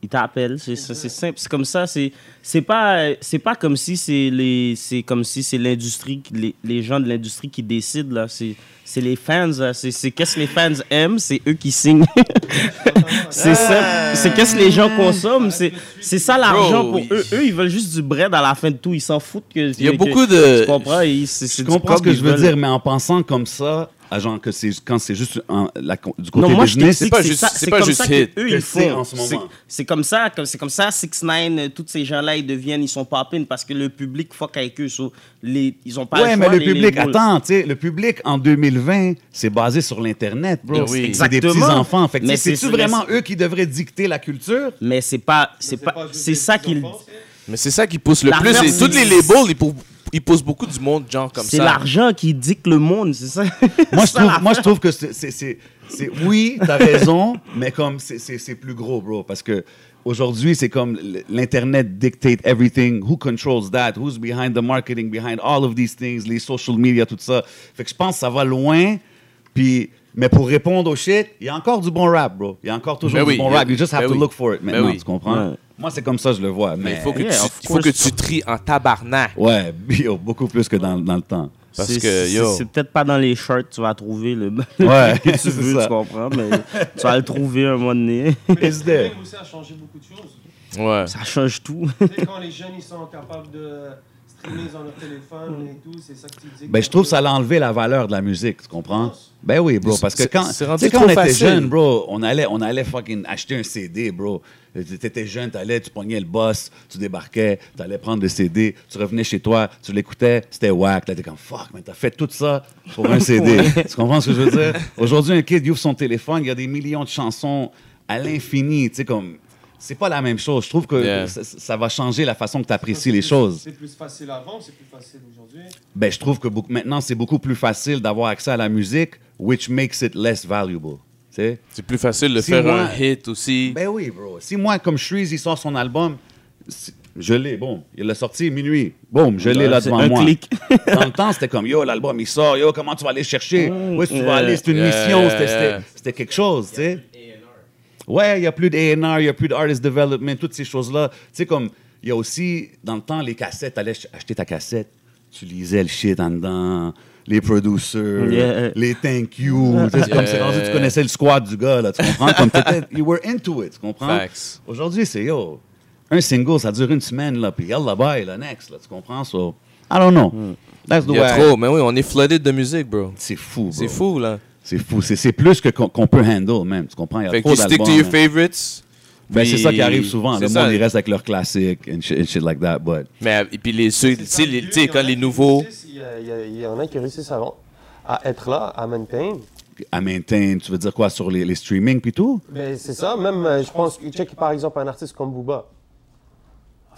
Speaker 4: il t'appelle, c'est c'est- c'est simple, c'est comme ça, c'est c'est pas c'est pas comme si c'est les c'est comme si c'est l'industrie qui- les, les gens de l'industrie qui décident là, c'est c'est les fans là, c'est c'est qu'est-ce que les fans aiment, c'est eux qui signent. (laughs) c'est simple, c'est qu'est-ce que les gens consomment, c'est c'est ça l'argent pour
Speaker 2: Bro,
Speaker 4: eux, eux ils veulent juste du bread à la fin de tout, ils s'en foutent que
Speaker 2: Il y a
Speaker 4: que-
Speaker 2: beaucoup de-
Speaker 4: tu comprends, ils- c'est
Speaker 3: Je
Speaker 4: c'est du
Speaker 3: comprends ce
Speaker 4: pop,
Speaker 3: que
Speaker 4: ils
Speaker 3: je veux
Speaker 4: veulent-
Speaker 3: dire, mais en pensant comme ça, à genre que c'est quand c'est juste en- la co- du côté
Speaker 4: Non, moi, je
Speaker 3: business,
Speaker 4: t'explique,
Speaker 2: pas
Speaker 4: c'est
Speaker 2: juste-
Speaker 4: ça-
Speaker 2: c'est
Speaker 4: c'est
Speaker 2: pas
Speaker 4: comme
Speaker 2: juste
Speaker 4: ça que
Speaker 2: hit.
Speaker 4: eux,
Speaker 3: Que
Speaker 4: ils
Speaker 3: c'est
Speaker 4: font.
Speaker 3: en ce moment.
Speaker 4: C'est- C'est comme ça, comme- c'est comme ça, 6 9 tous ces gens-là, ils deviennent, ils sont popping parce que le public fuck avec eux. so, les, ils ont pas
Speaker 3: ouais,
Speaker 4: le
Speaker 3: mais
Speaker 4: choix,
Speaker 3: le
Speaker 4: les- les
Speaker 3: public,
Speaker 4: labels.
Speaker 3: attends, tu sais, le public en 2020, c'est basé sur l'internet, bro.
Speaker 2: Ah oui.
Speaker 3: C'est des petits
Speaker 4: Exactement.
Speaker 3: enfants. Fait que tu
Speaker 4: Mais
Speaker 3: sais,
Speaker 4: c'est-
Speaker 3: c'est-tu
Speaker 4: mais
Speaker 3: vraiment eux qui devraient dicter la culture
Speaker 4: Mais c'est pas, c'est
Speaker 5: C'est
Speaker 4: pas,
Speaker 5: juste
Speaker 4: c'est
Speaker 5: des
Speaker 4: ça
Speaker 5: petits
Speaker 4: qu'ils,
Speaker 5: enfants, c'est-
Speaker 2: Mais c'est ça qui pousse le plus.
Speaker 4: L'argent,
Speaker 2: Et Tous les
Speaker 4: c'est-
Speaker 2: labels, ils, pou- ils poussent beaucoup du monde, genre comme ça.
Speaker 4: c'est l'argent qui dicte le monde, c'est ça.
Speaker 3: moi je,
Speaker 4: C'est ça, la
Speaker 3: trouve, moi, je trouve que c'est. c'est- c'est- c'est- Oui, t'as raison, (laughs) mais comme c'est- c'est c'est plus gros, bro. Parce que aujourd'hui, c'est comme l- l'Internet dictate everything. Who controls that? Who's behind the marketing, behind all of these things? Les social media, tout ça. Fait que je pense que ça va loin. Puis Mais pour répondre au shit, il y a encore du bon rap, bro. Il y a encore toujours
Speaker 2: Ben
Speaker 3: du
Speaker 2: oui,
Speaker 3: bon
Speaker 2: il y a-
Speaker 3: rap. You just have
Speaker 2: ben
Speaker 3: to
Speaker 2: oui.
Speaker 3: look for it
Speaker 2: Ben
Speaker 3: maintenant,
Speaker 2: oui.
Speaker 3: tu comprends?
Speaker 4: Ouais.
Speaker 3: Moi, c'est comme ça que je le vois. Mais,
Speaker 2: Mais il faut que,
Speaker 4: yeah,
Speaker 2: tu,
Speaker 4: of
Speaker 2: il faut que
Speaker 4: course.
Speaker 2: tu tries en tabarnak.
Speaker 3: Ouais, (laughs) yo, beaucoup plus que dans, dans le temps.
Speaker 2: Parce que,
Speaker 4: C'est- c'est-
Speaker 2: yo.
Speaker 4: C'est peut-être pas dans les shirts que tu vas trouver le
Speaker 3: Ouais,
Speaker 4: que
Speaker 3: c'est
Speaker 4: tu veux,
Speaker 3: ça.
Speaker 4: tu comprends, mais tu vas le trouver un moment donné. (laughs)
Speaker 3: It's there.
Speaker 5: Le game aussi a changé beaucoup de choses.
Speaker 2: Ouais.
Speaker 4: Ça change tout. (laughs)
Speaker 5: Tu sais, quand les jeunes ils sont capables de streamer dans leur téléphone et tout, c'est ça que tu disais.
Speaker 3: Ben, je trouve que ça l'a enlevé la valeur de la musique, tu comprends? Ben oui, bro, parce que
Speaker 2: C'est-
Speaker 3: quand,
Speaker 2: c'est rendu
Speaker 3: tu sais, quand
Speaker 2: trop
Speaker 3: on était
Speaker 2: facile.
Speaker 3: jeune, bro, on allait, on allait fucking acheter un CD, bro. T'étais jeune, t'allais, tu pognais le boss, tu débarquais, t'allais prendre le CD, tu revenais chez toi, tu l'écoutais, c'était whack. Là, t'es comme fuck, mais t'as fait tout ça pour
Speaker 2: (laughs)
Speaker 3: un CD. tu comprends ce que je veux dire? Aujourd'hui, un kid il ouvre son téléphone, il y a des millions de chansons à l'infini, tu sais, comme. C'est pas la même chose. Je trouve que
Speaker 2: Yeah.
Speaker 3: ça, ça va changer la façon que t'apprécies les choses.
Speaker 5: C'est plus facile avant, c'est plus facile aujourd'hui.
Speaker 3: Ben, je trouve que beaucoup- maintenant, c'est beaucoup plus facile d'avoir accès à la musique, which makes it less valuable. tu sais?
Speaker 2: C'est plus facile de
Speaker 3: Si
Speaker 2: faire
Speaker 3: moi-
Speaker 2: un hit aussi.
Speaker 3: Ben oui, bro. Si moi, comme Shreeze, il sort son album, si- je l'ai, bon. Il l'a sorti minuit. Boom, je l'ai là
Speaker 4: C'est
Speaker 3: devant
Speaker 4: un
Speaker 3: moi.
Speaker 4: clic.
Speaker 3: (laughs) Dans le temps, c'était comme, yo, l'album, il sort, yo, comment tu vas aller le chercher? Où est-ce que tu vas
Speaker 4: Mm, yeah,
Speaker 3: aller? C'est une
Speaker 2: yeah,
Speaker 3: mission.
Speaker 2: yeah,
Speaker 3: c'était- c'était-
Speaker 2: yeah.
Speaker 3: C'était quelque chose, tu sais. Ouais, il n'y a plus d'A&R, il n'y a plus d'artist development, toutes ces choses-là. Tu sais, comme, il y a aussi, dans le temps, les cassettes, t'allais ch- acheter ta cassette, tu lisais le shit en dedans, les producers,
Speaker 4: Yeah.
Speaker 3: les thank you. Tu sais, c'est comme, c'est
Speaker 2: Yeah.
Speaker 3: rendu, tu connaissais le squad du gars, là, tu comprends? Comme, t'étais- you were into it, tu comprends?
Speaker 2: Facts.
Speaker 3: Aujourd'hui, c'est, yo, un single, ça dure une semaine, là, puis yalla bye, là, next, là, tu comprends? So, I don't know. That's the
Speaker 2: Hmm. Il y
Speaker 3: way
Speaker 2: a
Speaker 3: I-
Speaker 2: trop. Mais oui, on est flooded de musique, bro.
Speaker 3: C'est fou, bro.
Speaker 2: C'est fou, là.
Speaker 3: C'est fou. C'est c'est plus que qu'on qu'on peut handle, même. Tu comprends? Il y a
Speaker 2: Fait que
Speaker 3: trop
Speaker 2: you stick to
Speaker 3: d'albums.
Speaker 2: your
Speaker 3: hein.
Speaker 2: favorites.
Speaker 3: Ben, c'est
Speaker 2: puis-
Speaker 3: ça qui arrive souvent. Le
Speaker 2: c'est ça.
Speaker 3: monde, il reste avec leurs classiques and shit, and shit like that, but...
Speaker 2: Mais, et puis, les, ceux- tu sais, les- tu sais, quand les nouveaux.
Speaker 1: Il y, a- il y a- il y en a qui réussissent avant à être là, à maintain.
Speaker 3: À maintain, tu veux dire quoi, sur les, les streamings puis tout?
Speaker 1: Mais c'est ça, même euh, je pense, que- check par exemple un artiste comme Booba.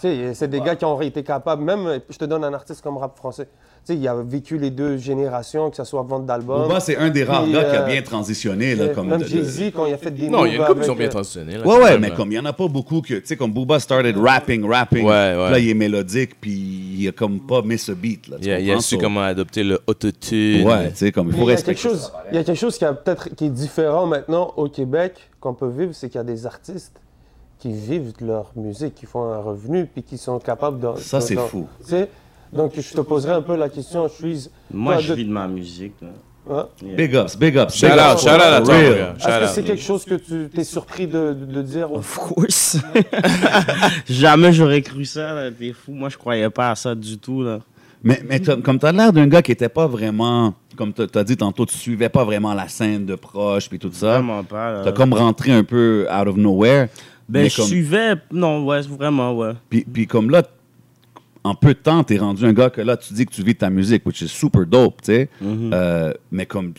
Speaker 1: Tu sais, c'est des gars qui ont été capables, même euh, je te donne un artiste comme rap français. Tu sais, il a vécu les deux générations, que ce soit vente d'albums.
Speaker 3: Booba, c'est un des rares
Speaker 1: Puis,
Speaker 3: gars qui a
Speaker 1: euh,
Speaker 3: bien transitionné, là,
Speaker 1: euh,
Speaker 3: comme... de-
Speaker 1: Même
Speaker 3: de-
Speaker 1: Jay-Z, quand il a fait des
Speaker 2: Non, il y
Speaker 1: moves
Speaker 2: a une couple qui
Speaker 1: avec,
Speaker 2: sont bien
Speaker 1: euh,
Speaker 2: transitionnés. là,
Speaker 3: Ouais, ouais,
Speaker 2: quand
Speaker 3: mais
Speaker 2: même,
Speaker 3: comme il n'y en a pas beaucoup que, tu sais, comme Booba started rapping, rapping.
Speaker 2: Ouais, ouais.
Speaker 3: Là, il est mélodique, puis il a comme pas mis ce beat, là. tu
Speaker 2: Il y a, il a
Speaker 3: comprends?
Speaker 2: su
Speaker 3: So-
Speaker 2: comment adopter le autotune.
Speaker 3: Ouais, tu sais, comme il
Speaker 1: Mais
Speaker 3: faut
Speaker 1: Il y a
Speaker 3: respecter.
Speaker 1: quelque chose, il y a quelque chose qui, a peut-être, qui est différent maintenant au Québec qu'on peut vivre, c'est qu'il y a des artistes qui vivent de leur musique, qui font un revenu, puis qui sont capables de...
Speaker 3: Ça,
Speaker 1: de-
Speaker 3: c'est
Speaker 1: de-
Speaker 3: fou.
Speaker 1: tu sais, Donc, je te poserai un peu la question, je suis...
Speaker 4: Moi,
Speaker 1: toi,
Speaker 4: je
Speaker 1: de-
Speaker 4: vis de ma musique. là.
Speaker 1: Hein?
Speaker 3: Big ups, big ups,
Speaker 2: Shout
Speaker 3: big
Speaker 2: out,
Speaker 3: ups.
Speaker 2: shout out à toi,
Speaker 3: Real.
Speaker 2: mon gars.
Speaker 1: Est-ce que
Speaker 2: Shout
Speaker 1: c'est
Speaker 2: out.
Speaker 1: quelque chose que tu t'es surpris de, de- de dire au-
Speaker 4: Of course. (laughs) Jamais j'aurais cru ça, là. T'es fou. Moi, je croyais pas à ça du tout, là.
Speaker 3: Mais, mais t'as- comme tu as l'air d'un gars qui était pas vraiment, comme tu as dit tantôt, tu suivais pas vraiment la scène de proche puis tout ça.
Speaker 4: Vraiment pas, là.
Speaker 3: T'as comme rentré un peu out of nowhere.
Speaker 4: Ben,
Speaker 3: mais
Speaker 4: je
Speaker 3: comme,
Speaker 4: suivais. Non, ouais, vraiment, ouais.
Speaker 3: puis, puis comme là, en peu de temps, t'es rendu un gars que là, tu dis que tu vis de ta musique, which is super dope, tu sais.
Speaker 4: Mm-hmm.
Speaker 3: Euh, mais comme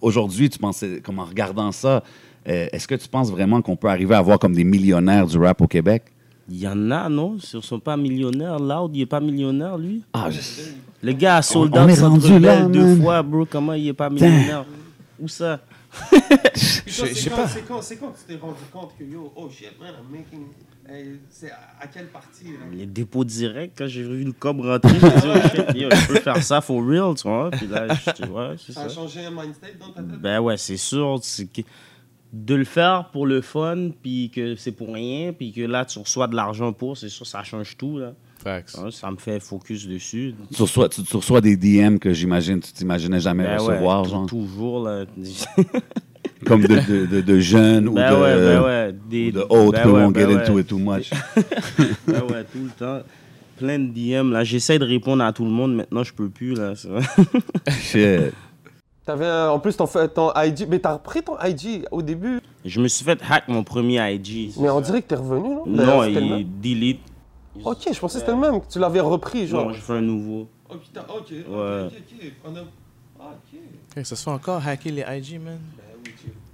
Speaker 3: aujourd'hui, tu pensais, comme en regardant ça, euh, est-ce que tu penses vraiment qu'on peut arriver à avoir comme des millionnaires du rap au Québec?
Speaker 4: Il y en a, non? Ils sont pas millionnaires. Loud, il est pas millionnaire, lui.
Speaker 3: Ah, je...
Speaker 4: Le gars a sold
Speaker 3: On- on
Speaker 4: out
Speaker 3: est
Speaker 4: Centre
Speaker 3: rendu là,
Speaker 4: Bell deux
Speaker 3: man.
Speaker 4: fois, bro. Comment il est pas millionnaire? Où ça?
Speaker 5: Puis toi,
Speaker 2: Je- je
Speaker 5: c'est
Speaker 2: sais
Speaker 5: quand-
Speaker 2: pas.
Speaker 5: C'est quand, c'est quand tu t'es rendu compte que yo, oh shit, man, I'm making. Eh, c'est à, à quelle partie là?
Speaker 4: Les dépôts directs, quand j'ai vu le cob rentrer, j'ai dit, oh, shit, yo, je peux faire ça for real, tu vois. Puis là, je dis, ouais, c'est
Speaker 5: Ça a
Speaker 4: ça.
Speaker 5: changé un mindset dans ta tête?
Speaker 4: Ben ouais, c'est sûr. c'est que- De le faire pour le fun, puis que c'est pour rien, puis que là, tu reçois de l'argent pour, c'est sûr, ça change tout, là.
Speaker 2: Facts.
Speaker 4: Ouais, Ça me fait focus dessus.
Speaker 3: tu, reçois, tu, tu reçois des DM que j'imagine tu t'imaginais jamais
Speaker 4: Ben ouais,
Speaker 3: recevoir,
Speaker 4: tou-
Speaker 3: genre.
Speaker 4: toujours, là.
Speaker 3: Comme de, de, de, de jeunes ou
Speaker 4: Ben
Speaker 3: de...
Speaker 4: ouais, ben ouais. Des,
Speaker 3: ou de autres we
Speaker 4: ben ouais,
Speaker 3: won't
Speaker 4: ben
Speaker 3: get into
Speaker 4: ouais.
Speaker 3: it too
Speaker 4: (laughs)
Speaker 3: much.
Speaker 4: Ben ouais, tout le temps. Plein de DM, là. J'essaie de répondre à tout le monde. Maintenant, je peux plus, là. ça. (laughs)
Speaker 3: Shit.
Speaker 1: T'avais, euh, en plus, ton, fa- ton IG, mais t'as repris ton IG au début,
Speaker 4: Je me suis fait hack mon premier IG.
Speaker 1: mais on dirait que euh, t'es revenu, non
Speaker 4: Non,
Speaker 1: C'était le même.
Speaker 4: il delete.
Speaker 1: Ok, je pensais que c'était le même, que tu l'avais repris, genre.
Speaker 4: Non, je fais un nouveau.
Speaker 5: Oh putain, ok, ok,
Speaker 4: Ouais.
Speaker 5: ok, ok. On a. Ah, ok.
Speaker 2: Hey, ça se fait encore hacker les IG, man.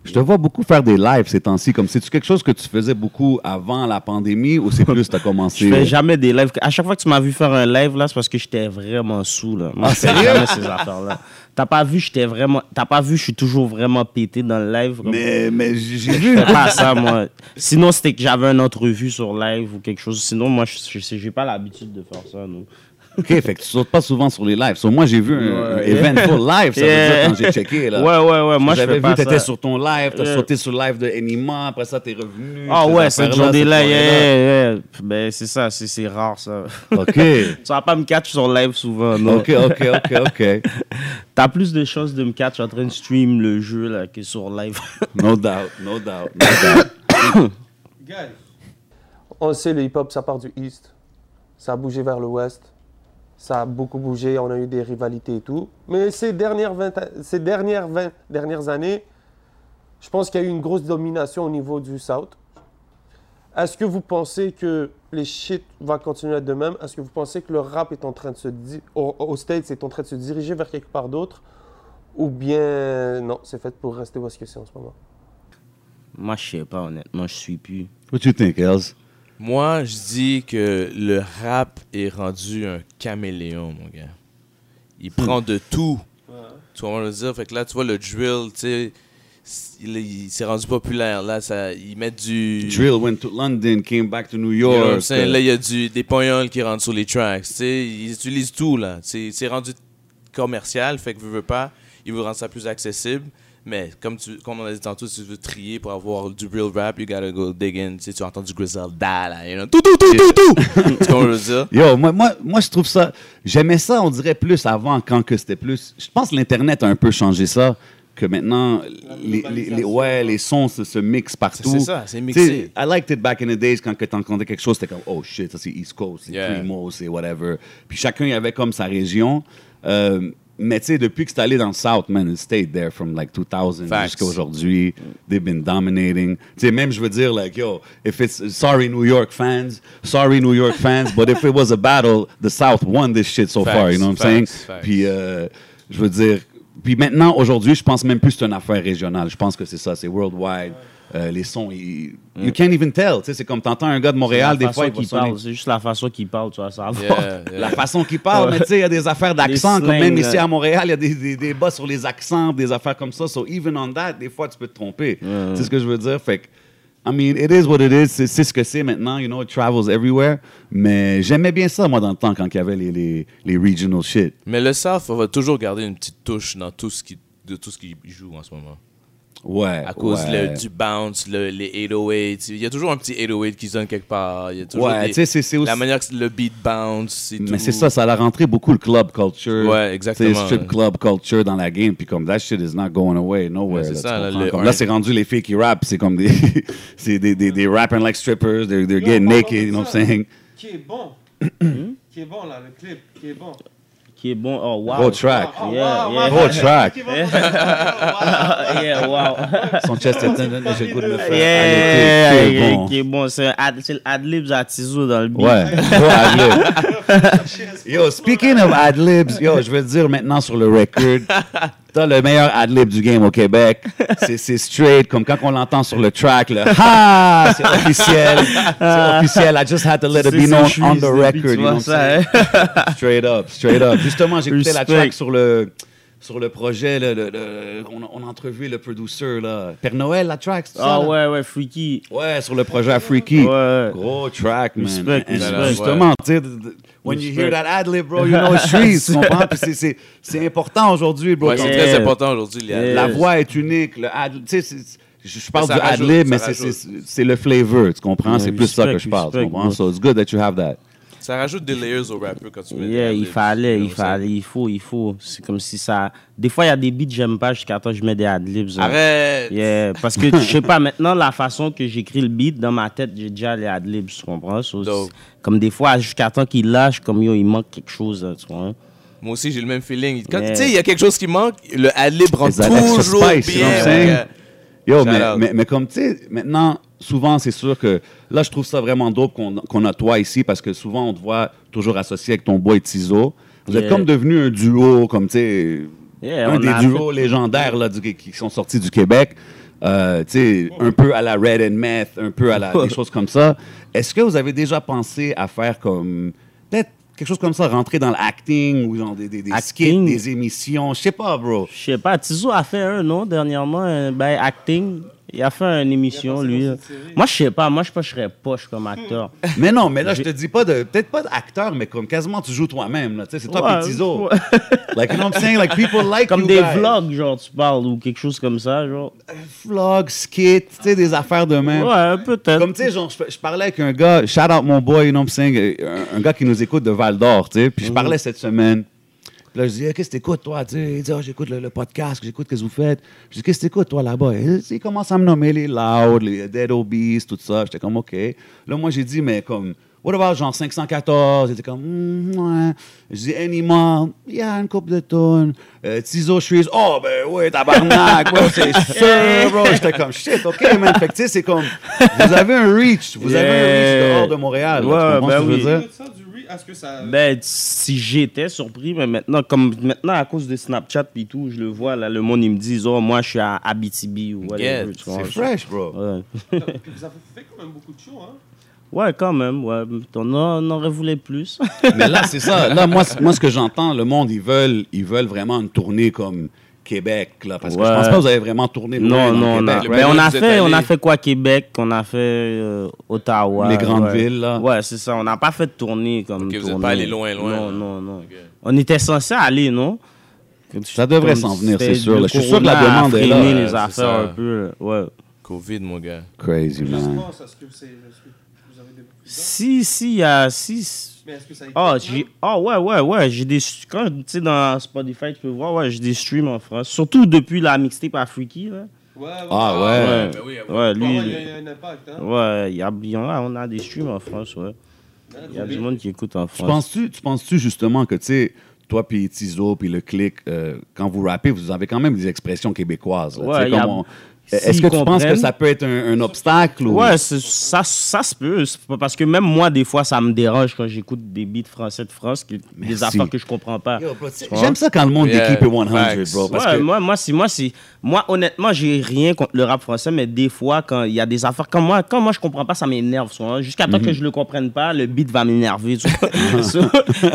Speaker 3: Je te vois beaucoup faire des lives ces temps-ci. Comme c'est-tu quelque chose que tu faisais beaucoup avant la pandémie ou
Speaker 4: (laughs)
Speaker 3: c'est plus t'as
Speaker 4: Je
Speaker 3: commencé?
Speaker 4: fais jamais des lives. À chaque fois que tu m'as vu faire un live, là, c'est parce que j'étais vraiment saoul. Là.
Speaker 3: Ah,
Speaker 4: Moi, je fais jamais ces affaires-là. T'as pas vu, j'étais vraiment. T'as pas vu, je suis toujours vraiment pété dans le live. comme-
Speaker 3: Mais, mais j'ai
Speaker 4: Je
Speaker 3: vu.
Speaker 4: fais pas ça, moi. Sinon, c'était que j'avais une entrevue sur live ou quelque chose. Sinon, moi, je je- j'ai pas l'habitude de faire ça, non.
Speaker 3: OK, fait que tu sautes pas souvent sur les lives. So, moi, j'ai vu un
Speaker 4: Ouais.
Speaker 3: eventful live, ça veut dire,
Speaker 4: Yeah.
Speaker 3: quand j'ai checké. Là.
Speaker 4: Ouais, ouais, ouais. Moi, je
Speaker 3: J'avais
Speaker 4: fais
Speaker 3: vu,
Speaker 4: pas
Speaker 3: t'étais
Speaker 4: ça.
Speaker 3: sur ton live, t'as
Speaker 4: Yeah.
Speaker 3: sauté sur le live de Enima, après ça, t'es revenu.
Speaker 4: Ah
Speaker 3: ces
Speaker 4: ouais, cette
Speaker 3: affaires-là,
Speaker 4: journée-là,
Speaker 3: cette
Speaker 4: yeah,
Speaker 3: soirée-là.
Speaker 4: yeah, yeah. Ben, c'est ça, c'est c'est rare, ça.
Speaker 3: OK.
Speaker 4: Tu vas pas me catch sur live souvent, non?
Speaker 3: OK, OK, OK, OK.
Speaker 4: T'as plus de chances de me catch en train de stream le jeu, là, que sur live.
Speaker 3: No doubt, no doubt, no doubt.
Speaker 5: Guys,
Speaker 1: On sait, le hip-hop, ça part du East. Ça a bougé vers le West. Ça a beaucoup bougé. On a eu des rivalités et tout. Mais ces dernières 20, a- ces dernières 20 dernières années, je pense qu'il y a eu une grosse domination au niveau du South. Est-ce que vous pensez que les shit va continuer à être de même? Est-ce que vous pensez que le rap est en train de se di- au, au States est en train de se diriger vers quelque part d'autre? Ou bien non, c'est fait pour rester où est-ce que c'est en ce moment?
Speaker 4: Moi, je sais pas, honnêtement, je suis plus.
Speaker 3: What you think, Els?
Speaker 2: Moi, je dis que le rap est rendu un caméléon, mon gars. Il prend de tout. Tu vois, on le dire. Fait que là, tu vois, le drill, tu sais, s- il, il s'est rendu populaire. Là, ça, ils mettent du.
Speaker 3: Drill went to London, came back to New
Speaker 2: You know what I'm
Speaker 3: York. euh. uh,
Speaker 2: saying? Là, il y a du, des poignoles qui rentrent sur les tracks. tu sais. Ils utilisent tout, là. C'est c'est rendu commercial, fait que veux, veux pas, ils veulent rendre ça plus accessible. Mais comme, tu, comme on a dit tantôt, si tu veux trier pour avoir du real rap, you gotta go dig in. Tu sais, tu entends du Griselda, là. You know? Tout, tout, tout, tout,
Speaker 3: (laughs)
Speaker 2: tout! tu comprends ce que je veux dire?
Speaker 3: Yo, moi, moi, moi, je trouve ça. J'aimais ça, on dirait, plus avant, quand que c'était plus. Je pense que l'Internet a un peu changé ça, que maintenant, les, les- les- ouais, les sons se, se mixent partout.
Speaker 2: c'est ça, c'est mixé.
Speaker 3: T'sais, I liked it back in the days, quand que t'entendais quelque chose, c'était comme, oh shit, ça c'est East Coast, c'est
Speaker 2: Yeah.
Speaker 3: Primo, c'est whatever. Puis chacun y avait comme sa région. Euh, mais tu sais, depuis que c'est allé dans le South, man, it stayed there from like 2000
Speaker 2: Facts.
Speaker 3: jusqu'à aujourd'hui. They've been dominating. Tu sais, même je veux dire, like, yo, if it's sorry New York fans, sorry New York fans, but if it was a battle, the South won this shit so
Speaker 2: Facts,
Speaker 3: far, you know what I'm saying?
Speaker 2: facts, facts.
Speaker 3: Puis euh, je veux dire, puis maintenant, aujourd'hui, je pense même plus que c'est une affaire régionale. Je pense que c'est ça, c'est worldwide. Euh, les sons, ils, you can't even tell. Tu sais, c'est comme t'entends un gars de Montréal, des
Speaker 4: La
Speaker 3: fois, il
Speaker 4: façon
Speaker 3: va
Speaker 4: qu'il
Speaker 3: sonner-
Speaker 4: parle, Mm. c'est juste la façon qu'il parle, tu vas savoir.
Speaker 2: Yeah, yeah.
Speaker 3: la façon qu'il parle, mais tu sais, il y a des affaires d'accent,
Speaker 4: Les
Speaker 3: comme même
Speaker 4: slangs,
Speaker 3: ici
Speaker 4: là.
Speaker 3: à Montréal, il y a des, des, des bas sur les accents, des affaires comme ça. So, even on that, des fois, tu peux te tromper. C'est ce que je veux dire. Fait que, I mean, it is what it is. C'est c'est ce que c'est maintenant, you know, it travels everywhere. Mais j'aimais bien ça, moi, dans le temps, quand il y avait les, les, les regional shit.
Speaker 2: Mais le surf va toujours garder une petite touche dans tout ce qui, de tout ce qu'il joue en ce moment.
Speaker 3: Ouais.
Speaker 2: À cause
Speaker 3: ouais.
Speaker 2: le- du bounce, le- les 808. Il y a toujours un petit 808 qui sonne quelque part. Il y a toujours
Speaker 3: Ouais,
Speaker 2: des-
Speaker 3: tu sais, c'est- c'est aussi-
Speaker 2: la manière que le beat bounce.
Speaker 3: Mais
Speaker 2: tout.
Speaker 3: c'est ça, ça a rentré beaucoup le club culture.
Speaker 2: Ouais, exactement.
Speaker 3: C'est strip club culture dans la game. Puis comme that shit is not going away nowhere.
Speaker 2: Ouais, c'est
Speaker 3: là, tu
Speaker 2: ça, là,
Speaker 3: comprends?
Speaker 2: le
Speaker 3: Comme
Speaker 2: R&B.
Speaker 3: là, c'est rendu les filles qui rappent. C'est comme des. (laughs) c'est des, des, des rapping like strippers. They're, they're
Speaker 5: Yo,
Speaker 3: getting
Speaker 5: parlons
Speaker 3: naked,
Speaker 5: de
Speaker 3: you know what
Speaker 5: ça.
Speaker 3: I'm saying?
Speaker 5: qui est bon.
Speaker 4: Hmm?
Speaker 5: qui est bon là, le clip, qui est bon.
Speaker 4: (laughs) Qui est bon. Oh, wow.
Speaker 3: Gros track.
Speaker 5: Oh,
Speaker 4: Yeah,
Speaker 5: wow,
Speaker 4: yeah.
Speaker 5: wow,
Speaker 3: Gros
Speaker 5: wow,
Speaker 3: track.
Speaker 5: qui est bon. Wow.
Speaker 4: yeah, wow.
Speaker 3: Son chest est j'ai le goût de me faire.
Speaker 4: Yeah,
Speaker 3: arrêter.
Speaker 4: yeah,
Speaker 3: C'est bon.
Speaker 4: qui est bon. C'est un ad- c'est le Adlibs à Tizo dans le beat.
Speaker 3: Ouais, gros ad-lib. Yo, speaking of ad-libs, yo, je veux le dire maintenant sur le record, t'as le meilleur ad-lib du game au Québec. C'est, c'est straight, comme quand on l'entend sur le track, le ha, c'est officiel, c'est officiel. I just had to let it
Speaker 4: C'est
Speaker 3: be
Speaker 4: ce
Speaker 3: known
Speaker 4: chemise
Speaker 3: on the
Speaker 4: depuis
Speaker 3: record.
Speaker 4: que tu
Speaker 3: you
Speaker 4: vois
Speaker 3: know what
Speaker 4: ça, hein?
Speaker 3: I'm saying? Straight up, straight up. Justement, j'ai écouté la
Speaker 4: Respect.
Speaker 3: track sur le sur le projet, le, le- le- on, a- on a entrevu le producer là, Père Noël, la track. c'est ça,
Speaker 4: Ah
Speaker 3: là?
Speaker 4: ouais, ouais, freaky.
Speaker 3: Ouais, sur le projet à Freaky.
Speaker 4: Ouais.
Speaker 3: Gros track, man.
Speaker 4: Respect,
Speaker 3: And
Speaker 4: respect.
Speaker 3: Justement, tu sais, th- th- when you hear that ad-lib, bro, you know it's trees. tu comprends? Puis c'est- c'est- C'est important aujourd'hui, bro.
Speaker 2: Ouais, c'est
Speaker 3: Quand
Speaker 2: très
Speaker 4: Yeah.
Speaker 2: important aujourd'hui, les
Speaker 4: Yeah.
Speaker 3: La
Speaker 2: ad-libs.
Speaker 3: voix est unique. Le ad, tu sais, c'est- je je parle
Speaker 2: Ça
Speaker 3: du
Speaker 2: rajoute, ça
Speaker 3: ad-lib, mais c'est-
Speaker 2: rajoute.
Speaker 3: c'est c'est le flavor, tu comprends? C'est plus ça
Speaker 4: respect,
Speaker 3: que je parle, tu
Speaker 4: respect,
Speaker 3: comprends?
Speaker 4: bro.
Speaker 3: So it's good that you have that.
Speaker 2: Ça rajoute des layers au rappeur quand tu mets des
Speaker 4: Yeah, il
Speaker 2: ad-libs.
Speaker 4: fallait,
Speaker 2: You
Speaker 4: il
Speaker 2: know what I'm
Speaker 4: fallait, il faut, il faut. C'est comme si ça. Des fois, il y a des beats que j'aime pas jusqu'à temps que je mets des adlibs. hein.
Speaker 2: saying? Arrête!
Speaker 4: Yeah, parce que je sais pas, maintenant, la façon que j'écris le beat, dans ma tête, j'ai déjà les adlibs, tu comprends? So,
Speaker 2: Dope.
Speaker 4: c'est- comme des fois, jusqu'à temps qu'il lâche, comme yo, il manque quelque chose, là, tu vois.
Speaker 2: Moi aussi, j'ai le même feeling. Quand
Speaker 4: Yeah.
Speaker 2: tu sais, il y a quelque chose qui manque, le ad-lib rend
Speaker 3: It's that extra
Speaker 2: toujours
Speaker 3: spice, you know
Speaker 2: bien.
Speaker 3: what I'm
Speaker 2: mon
Speaker 3: saying?
Speaker 2: gars.
Speaker 3: Yo,
Speaker 2: Shout
Speaker 3: mais,
Speaker 2: out.
Speaker 3: mais, mais comme tu sais, maintenant, souvent, c'est sûr que là, je trouve ça vraiment dope qu'on qu'on a toi ici parce que souvent, on te voit toujours associé avec ton boy Tizo. Vous êtes
Speaker 4: Yeah.
Speaker 3: comme devenu un duo, comme tu sais,
Speaker 4: Yeah,
Speaker 3: un
Speaker 4: on
Speaker 3: des
Speaker 4: a
Speaker 3: duos légendaires là, du- qui sont sortis du Québec. Euh, tu sais, un peu à la Red and Meth, un peu à la,
Speaker 4: (laughs)
Speaker 3: des choses comme ça. Est-ce que vous avez déjà pensé à faire comme. Peut-être quelque chose comme ça, rentrer dans l'acting ou dans des, des, des skits,
Speaker 4: Acting?
Speaker 3: des émissions, je sais pas, bro.
Speaker 4: Je sais pas, Tizo a fait un, non, dernièrement, un, ben, acting. Il a fait une émission,
Speaker 5: passé
Speaker 4: lui. hein.
Speaker 5: dans une série.
Speaker 4: Moi, je sais pas. Moi, je sais pas, je serais poche comme acteur.
Speaker 3: Mais non, mais là, je te dis pas de. Peut-être pas d'acteur, mais comme quasiment tu joues toi-même. là, tu sais, C'est toi
Speaker 4: Ouais,
Speaker 3: pis Tizo.
Speaker 4: ouais.
Speaker 3: (laughs) Like, you know what I'm saying? Like, people like
Speaker 4: Comme
Speaker 3: you
Speaker 4: des
Speaker 3: guys.
Speaker 4: vlogs, genre, tu parles, ou quelque chose comme ça, genre.
Speaker 3: Vlogs, skits, tu sais, des affaires de même.
Speaker 4: Ouais, peut-être.
Speaker 3: Euh, Comme tu sais, genre, je, je parlais avec un gars, shout out mon boy, you know what I'm saying, un, un gars qui nous écoute de Val d'Or, tu sais. Puis
Speaker 4: Mhm.
Speaker 3: je parlais cette semaine. Puis là, je dis, Eh, qu'est-ce que t'écoutes, toi? Tu sais, il dit, Ah, j'écoute le, le podcast, j'écoute ce que vous faites. Je dis, qu'est-ce que t'écoutes, toi, là-bas? Il, il commence à me nommer les Loud, les Dead Obese, tout ça. J'étais comme, OK. Là, moi, j'ai dit, mais comme, what about genre 514? Il était comme, Hmm, ouais. Je dis, Animal, il y a une coupe de tonnes. Euh, Tizo Shrees, oh, ben oui, tabarnak, bro,
Speaker 4: (laughs)
Speaker 3: c'est sûr, bro. J'étais comme, shit, OK, man. Fait que, tu sais, c'est comme, vous avez un reach. Vous avez un
Speaker 4: Yeah.
Speaker 3: reach dehors de Montréal. là.
Speaker 4: Ouais,
Speaker 3: tu comprends ce
Speaker 4: ben
Speaker 3: que je
Speaker 4: oui.
Speaker 3: veux dire?
Speaker 5: Ça, du re- Est-ce que ça.
Speaker 4: Ben, si j'étais surpris, mais maintenant, comme maintenant, à cause de Snapchat et tout, je le vois, là, le monde, ils me disent, oh, moi, je suis à Abitibi ou
Speaker 2: Yeah,
Speaker 4: whatever. tu vois.
Speaker 3: C'est fresh, bro.
Speaker 4: Ouais.
Speaker 5: Puis vous avez fait quand même beaucoup de shows, hein?
Speaker 4: ouais, quand même, ouais. On, en- on aurait voulu plus.
Speaker 3: (laughs) Mais là, c'est ça. Là, moi, c- moi, ce que j'entends, le monde, ils veulent, ils veulent vraiment une tournée comme Québec, là, parce que je
Speaker 4: Ouais.
Speaker 3: pense pas que vous avez vraiment tourné loin dans
Speaker 4: non, non, non.
Speaker 3: Québec,
Speaker 2: Le
Speaker 4: Mais on
Speaker 2: premier,
Speaker 4: a,
Speaker 2: vous êtes
Speaker 4: fait, on a
Speaker 2: allé-
Speaker 4: fait quoi, Québec? On a fait euh, Ottawa.
Speaker 3: Les grandes
Speaker 4: ouais.
Speaker 3: villes, là.
Speaker 4: Ouais, c'est ça. On n'a pas fait de tournée comme
Speaker 2: Ok, vous êtes
Speaker 4: tournée.
Speaker 2: pas allé loin, loin,
Speaker 4: Non,
Speaker 2: là.
Speaker 4: non, non.
Speaker 2: Ok.
Speaker 4: On était censé aller, non?
Speaker 3: Ça devrait
Speaker 4: Comme
Speaker 3: s'en venir, c'est
Speaker 4: c'était-
Speaker 3: sûr,
Speaker 4: le
Speaker 3: là. Je suis sûr que la
Speaker 4: corona a
Speaker 3: demande est là,
Speaker 4: freiné
Speaker 3: euh,
Speaker 4: les
Speaker 2: c'est
Speaker 4: affaires
Speaker 2: ça.
Speaker 4: un peu, ouais.
Speaker 2: Covid, mon gars.
Speaker 3: Crazy,
Speaker 5: Je sais
Speaker 3: man.
Speaker 5: pas, est-ce que c'est. Est-ce que vous avez des.
Speaker 4: Si, si, il y a... Si,
Speaker 5: Mais est-ce que ça a été. hein?
Speaker 4: Ah,
Speaker 5: plein?
Speaker 4: j'ai... ah ouais, ouais, ouais. J'ai des... Quand, tu sais, dans Spotify, tu peux voir, ouais, j'ai des streams en France. Surtout depuis la mixtape à Freaky, là.
Speaker 5: Ouais, ouais.
Speaker 3: Ah, ouais.
Speaker 4: Ouais,
Speaker 2: ben oui,
Speaker 4: ouais,
Speaker 2: ouais.
Speaker 5: Ouais,
Speaker 4: lui...
Speaker 5: ouais, il y a- il y
Speaker 4: le-
Speaker 5: a un impact, hein?
Speaker 4: Ouais, il y a, il y en a- on a des streams en France, ouais. Il y a du monde qui écoute en
Speaker 3: Tu
Speaker 4: France.
Speaker 3: penses-tu, tu penses-tu justement que, tu sais, toi puis Tizo puis le clic, euh, quand vous rappez, vous avez quand même des expressions québécoises. là, tu sais,
Speaker 4: Ouais,
Speaker 3: comme
Speaker 4: y a-
Speaker 3: on-
Speaker 4: s'ils
Speaker 3: Est-ce que tu penses que
Speaker 4: comprennent-
Speaker 3: ça peut être un, un obstacle ou
Speaker 4: Ouais, c'est- ça, ça se peut. C'est pas- Parce que même moi, des fois, ça me dérange quand j'écoute des beats français de France, qui- des
Speaker 3: Merci.
Speaker 4: affaires que je comprends pas.
Speaker 3: Yo, bro, tu sais,
Speaker 4: Tu vois?
Speaker 3: J'aime ça quand le monde
Speaker 2: Yeah,
Speaker 3: déquipe 100,
Speaker 2: facts.
Speaker 3: bro. Parce
Speaker 4: Ouais,
Speaker 3: que
Speaker 4: moi, moi, si, moi, si, moi, honnêtement, j'ai rien contre le rap français, mais des fois, quand il y a des affaires, quand moi, quand moi je comprends pas, ça m'énerve souvent. Jusqu'à temps
Speaker 3: Mhm.
Speaker 4: que je le comprenne pas, le beat va m'énerver. tu
Speaker 3: (laughs)
Speaker 4: vois. (laughs) So,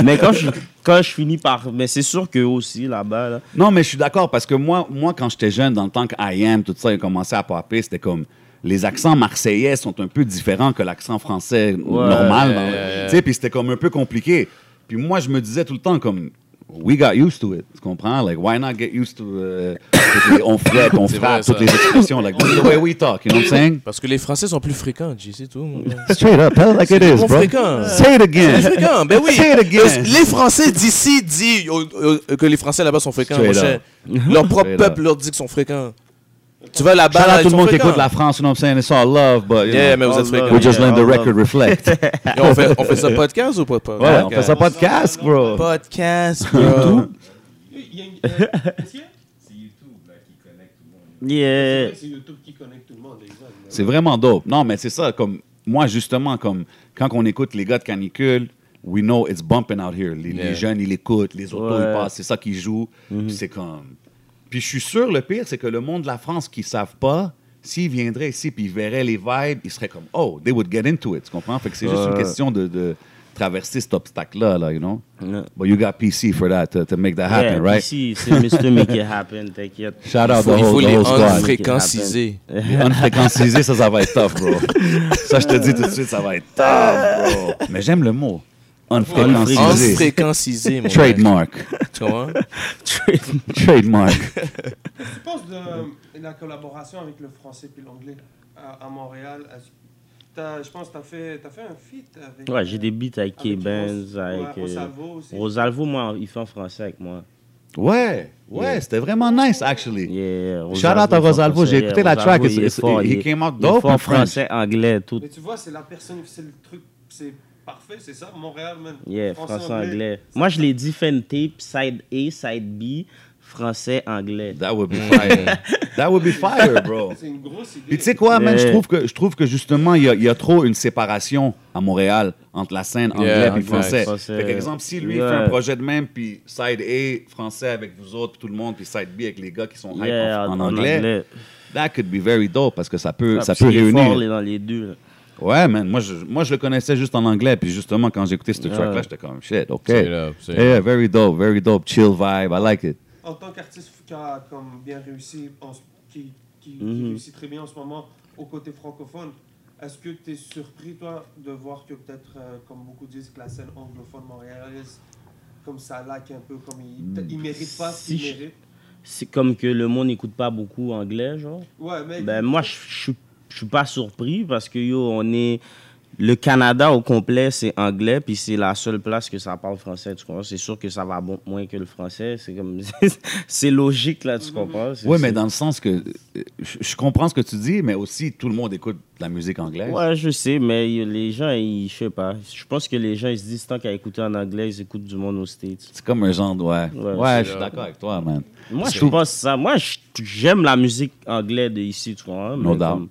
Speaker 4: mais quand je, quand je finis par. Mais c'est sûr que aussi, là-bas, là,
Speaker 3: Non, mais je suis d'accord parce que moi, moi quand j'étais jeune, dans le temps que I Am, tout ça, il commençait à popper, c'était comme. Les accents marseillais sont un peu différents que l'accent français normal. dans- Tu sais, puis c'était comme un peu compliqué. Puis moi, je me disais tout le temps comme. We got used to it. Tu comprends? Like, why not get used to. euh, toutes les- on fête, on
Speaker 2: C'est
Speaker 3: frappe,
Speaker 2: vrai, ça.
Speaker 3: toutes les expressions. Like, that's the way we talk. You know what I'm saying?
Speaker 2: Parce que les Français sont plus fréquents, tu sais tout, mon gars.
Speaker 3: Straight up, tell it like it is,
Speaker 2: Bon
Speaker 3: bro.
Speaker 2: fréquent.
Speaker 3: Say it again.
Speaker 2: Plus fréquents, ben oui.
Speaker 3: Say it again.
Speaker 2: Les Français d'ici disent oh, oh, que les Français là-bas sont fréquents.
Speaker 3: Straight
Speaker 2: mon cher.
Speaker 3: up.
Speaker 2: Leur propre
Speaker 3: Straight up.
Speaker 2: peuple leur dit qu'ils sont fréquents. Tu vas
Speaker 3: Shout
Speaker 2: là-bas,
Speaker 3: out
Speaker 2: là,
Speaker 3: à
Speaker 2: ils
Speaker 3: tout le
Speaker 2: sont
Speaker 3: monde qui
Speaker 2: fréquents.
Speaker 3: écoute la France, you know what I'm saying? It's all love, but. you
Speaker 2: Yeah,
Speaker 3: know,
Speaker 2: mais vous êtes
Speaker 4: all love.
Speaker 2: fréquents.
Speaker 3: We just
Speaker 4: Yeah,
Speaker 3: let the
Speaker 4: all
Speaker 3: record reflect.
Speaker 2: Et on, fait, on fait ça podcast ou pas
Speaker 3: Ouais,
Speaker 2: podcast?
Speaker 3: on fait ça podcast, (laughs) bro.
Speaker 2: Podcast, bro.
Speaker 5: Il y a une. euh, qu'est-ce qu'il y a?
Speaker 4: yeah.
Speaker 5: C'est YouTube qui connecte tout le monde, exact.
Speaker 3: C'est vraiment dope. Non, mais c'est ça, comme moi, justement, comme quand on écoute les gars de canicule, we know it's bumping out here. Les, les
Speaker 2: Yeah.
Speaker 3: jeunes, ils l'écoutent, les autos, ils
Speaker 4: Ouais. Mm-hmm.
Speaker 3: passent, c'est ça qu'ils jouent. Puis C'est comme. Puis je suis sûr, le pire, c'est que le monde de la France qui savent pas, s'ils viendraient ici puis ils verraient les vibes, ils seraient comme, oh, they would get into it. Tu comprends? Fait que c'est juste une
Speaker 4: Ouais.
Speaker 3: question de, de traverser cet obstacle-là, là, you know?
Speaker 4: Yeah.
Speaker 3: But you got PC for that, to, to make that happen,
Speaker 4: Yeah,
Speaker 3: right?
Speaker 4: Ici, c'est Mr. Make It Happen, t'inquiète.
Speaker 3: Shout
Speaker 2: Il
Speaker 3: out the
Speaker 2: faut, il faut
Speaker 3: whole, the
Speaker 2: les
Speaker 3: whole squad.
Speaker 2: unfréquentisés.
Speaker 3: (laughs) Les Unfréquentisé, ça, ça va être tough, bro. Ça, je te dis tout de suite, ça va être tough, bro. Mais j'aime le mot. Unfréquentisé.
Speaker 2: Unfréquentisés, mon gars.
Speaker 3: Trademark.
Speaker 2: Tu
Speaker 3: (laughs)
Speaker 2: comprends?
Speaker 3: Trademark.
Speaker 5: Je pense de euh, la collaboration avec le français puis l'anglais à, à Montréal. est-ce que- t'as- Je pense que tu as, fait un feat avec.
Speaker 4: (laughs)
Speaker 5: euh,
Speaker 4: Ouais, j'ai des beats avec
Speaker 5: Avec
Speaker 4: K-Benz,
Speaker 5: Ros- ouais,
Speaker 4: avec. euh,
Speaker 5: Ah, Rosalvo aussi.
Speaker 4: Rosalvo, moi, il fait en français avec moi.
Speaker 3: Ouais, ouais, c'était vraiment nice, actually.
Speaker 4: Yeah, Rosalvo,
Speaker 3: Shout out à Rosalvo,
Speaker 4: français,
Speaker 3: j'ai écouté
Speaker 4: yeah,
Speaker 3: la track,
Speaker 4: Rosalvo, il
Speaker 3: it's-
Speaker 4: est
Speaker 3: it's-
Speaker 4: fort,
Speaker 3: he
Speaker 4: il est-
Speaker 3: came out
Speaker 4: il est
Speaker 3: dope
Speaker 4: fort
Speaker 3: in
Speaker 4: en
Speaker 3: French.
Speaker 4: français, anglais, tout.
Speaker 5: Mais tu vois, c'est la personne, c'est le truc, c'est parfait, c'est ça, Montréal même.
Speaker 4: Yeah, français, anglais. Moi, je l'ai dit, fait une tape, side A, side B, français, anglais.
Speaker 3: That would be fire. That would be fire, bro.
Speaker 5: C'est une grosse idée.
Speaker 3: Puis tu sais quoi, man,
Speaker 4: Mais-
Speaker 3: je trouve que, je trouve que justement, il y, a- il y a trop une séparation à Montréal entre la scène anglais
Speaker 2: Yeah,
Speaker 3: et
Speaker 2: anglais,
Speaker 3: français.
Speaker 4: français.
Speaker 3: Fait qu'exemple, si lui
Speaker 4: Yeah.
Speaker 3: fait un projet de même, puis side A, français avec vous autres, puis tout le monde, puis side B avec les gars qui sont hype en-
Speaker 4: Yeah,
Speaker 3: en, anglais, that could be very dope parce que ça peut, ça peut
Speaker 4: il est Ah, fort,
Speaker 3: réunir.
Speaker 4: les- dans les deux. là.
Speaker 3: Ouais, man, moi je, moi je le connaissais juste en anglais, puis justement, quand j'écoutais
Speaker 4: Ah.
Speaker 3: ce track-là, j'étais comme shit, ok.
Speaker 2: Straight up, straight
Speaker 3: Yeah, very dope, very dope, chill vibe, I like it.
Speaker 5: En tant qu'artiste qui a comme bien réussi, en- qui, qui qui, qui
Speaker 4: Mhm.
Speaker 5: réussit très bien en ce moment au côté francophone. Est-ce que tu es surpris, toi, de voir que peut-être, euh, comme beaucoup disent, que la scène anglophone montréalaise, comme ça, là, qui est un peu comme il, il mérite pas ce qu'il
Speaker 4: Si je-
Speaker 5: mérite
Speaker 4: C'est comme que le monde n'écoute pas beaucoup anglais, genre.
Speaker 5: Ouais, mais
Speaker 4: Ben, moi, je suis- je suis pas surpris parce que yo, on est. Le Canada au complet, c'est anglais, puis c'est la seule place que ça parle français, tu comprends? C'est sûr que ça va bon- moins que le français, c'est comme. (laughs) c'est logique, là, tu comprends? C'est-
Speaker 3: Oui,
Speaker 4: c'est-
Speaker 3: mais dans le sens que euh, je je comprends ce que tu dis, mais aussi tout le monde écoute de la musique anglaise.
Speaker 4: Ouais, je sais, mais y- les gens, ils, je sais pas. Je pense que les gens, ils se disent tant qu'à écouter en anglais, ils écoutent du monde aux States.
Speaker 3: C'est comme un genre de. Ouais,
Speaker 4: Ouais,
Speaker 3: ouais,
Speaker 4: c'est
Speaker 3: je suis
Speaker 2: là.
Speaker 3: d'accord avec toi, man.
Speaker 4: Moi, je
Speaker 3: trouve-
Speaker 4: pense ça. Moi, je- j'aime la musique anglaise de ici, tu comprends?
Speaker 3: No
Speaker 4: mais
Speaker 3: doubt.
Speaker 4: comme-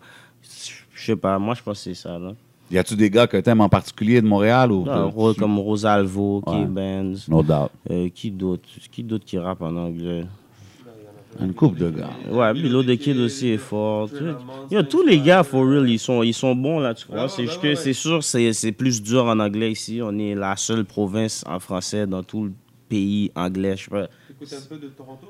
Speaker 4: Je sais pas, moi, je pense que c'est ça, là.
Speaker 3: Y a-tu des gars que t'aimes en particulier de Montréal ou.
Speaker 4: Non,
Speaker 3: de-
Speaker 4: Ro- comme Rosalvo,
Speaker 3: Ouais.
Speaker 4: K-Benz,
Speaker 3: No doubt.
Speaker 4: euh, qui d'autre Qui d'autre qui rappe en anglais
Speaker 3: Une coupe de gars.
Speaker 4: Ouais, Bilo de Kid aussi est fort. Tu- Yo, tous les gars, for real, ils sont, ils sont bons là, tu
Speaker 5: Ouais,
Speaker 4: crois. C'est
Speaker 5: ouais,
Speaker 4: juste
Speaker 5: ouais,
Speaker 4: que
Speaker 5: ouais.
Speaker 4: c'est sûr, c'est c'est plus dur en anglais ici. On est la seule province en français dans tout le pays anglais, je sais pas.
Speaker 5: Écoute un peu de Toronto.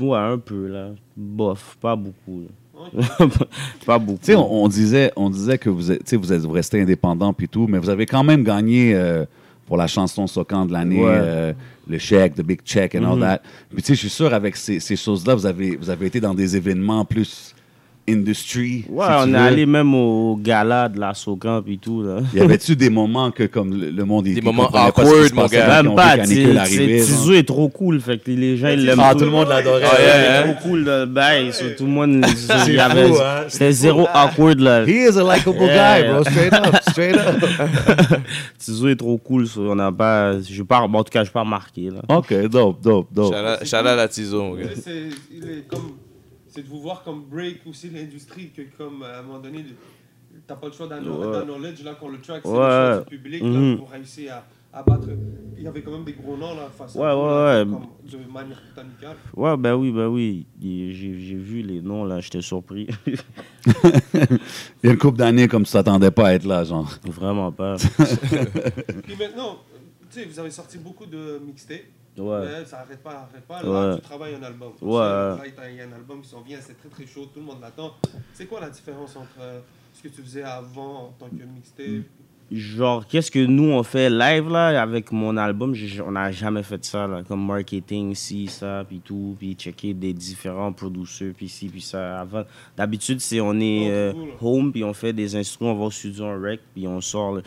Speaker 4: Ouais, un peu là. Bof, pas beaucoup.
Speaker 5: Ok.
Speaker 4: là. (laughs) pas beaucoup.
Speaker 3: Tu sais, on, on disait, on disait que vous êtes, tu sais, vous êtes vous restez indépendant puis tout, mais vous avez quand même gagné euh, pour la chanson Socan de l'année,
Speaker 4: Ouais.
Speaker 3: euh, le chèque, the big check and all
Speaker 4: Mhm.
Speaker 3: that. Puis tu sais, je suis sûr avec ces, ces choses-là, vous avez, vous avez été dans des événements plus industry.
Speaker 4: Ouais,
Speaker 3: si tu
Speaker 4: on est
Speaker 3: veux.
Speaker 4: allé même au gala de la Socan et tout là.
Speaker 3: Y avait-tu des moments que comme le, le monde il-
Speaker 2: Des
Speaker 3: il
Speaker 2: moments
Speaker 3: comprenait pas ce qui
Speaker 2: awkward,
Speaker 3: se
Speaker 2: mon
Speaker 3: passait,
Speaker 2: gars.
Speaker 3: puis
Speaker 4: Même
Speaker 3: on
Speaker 4: pas,
Speaker 3: fait
Speaker 4: tu
Speaker 3: canicule arriver, genre.
Speaker 4: Tizu est trop cool, fait que les gens ils l'aiment.
Speaker 3: Ah,
Speaker 4: tous.
Speaker 3: tout le monde l'adorait.
Speaker 2: Ah, yeah,
Speaker 4: Il
Speaker 3: euh,
Speaker 2: yeah.
Speaker 4: est trop cool là, Ben, le bail, sur tout le
Speaker 3: (laughs)
Speaker 4: monde. il y
Speaker 3: fou,
Speaker 4: avait-
Speaker 3: hein.
Speaker 4: C'était zéro awkward là.
Speaker 3: He is a likable
Speaker 4: Yeah.
Speaker 3: guy, bro. Straight up, straight up.
Speaker 4: Tizo est trop cool, so on n'a pas, j'ai pas, bon, en tout cas, j'ai pas remarqué là.
Speaker 3: (laughs) Ok, dope, dope, dope.
Speaker 2: Chala la Tizo, mon gars.
Speaker 5: Tu sais, C'est il est comme- c'est de vous voir comme break aussi l'industrie, que comme à un moment donné, t'as pas le choix d'un
Speaker 4: Ouais.
Speaker 5: d'un knowledge là, quand le track, c'est
Speaker 4: Ouais.
Speaker 5: le choix du public là,
Speaker 4: Mhm.
Speaker 5: pour réussir à, à battre. Il y avait quand même des gros noms là, face
Speaker 4: Ouais,
Speaker 5: à vous,
Speaker 4: ouais,
Speaker 5: là,
Speaker 4: ouais.
Speaker 5: comme de manière titanicale.
Speaker 4: Ouais, ben oui, ben oui, Et j'ai j'ai vu les noms là, j'étais surpris. (laughs)
Speaker 3: Il y a une couple d'années comme tu t'attendais pas à être là, genre.
Speaker 4: Vraiment pas.
Speaker 5: Puis maintenant, tu sais, vous avez sorti beaucoup de mixtapes,
Speaker 4: Ouais.
Speaker 5: mais ça arrête pas, ça arrête pas. Là,
Speaker 4: Ouais.
Speaker 5: tu travailles un album.
Speaker 4: Ouais.
Speaker 5: Là, il y a un album qui s'en vient, c'est très très chaud, tout le monde l'attend. C'est quoi la différence entre euh, ce que tu faisais avant en tant que mixtape
Speaker 4: Genre, qu'est-ce que nous on fait live là avec mon album j'ai- On n'a jamais fait ça là, comme marketing, si, ça, puis tout, puis checker des différents producteurs, puis ci, puis ça. Avant, d'habitude, c'est on est euh, home, puis on fait des instruments, on va au studio en rec, puis on sort. là.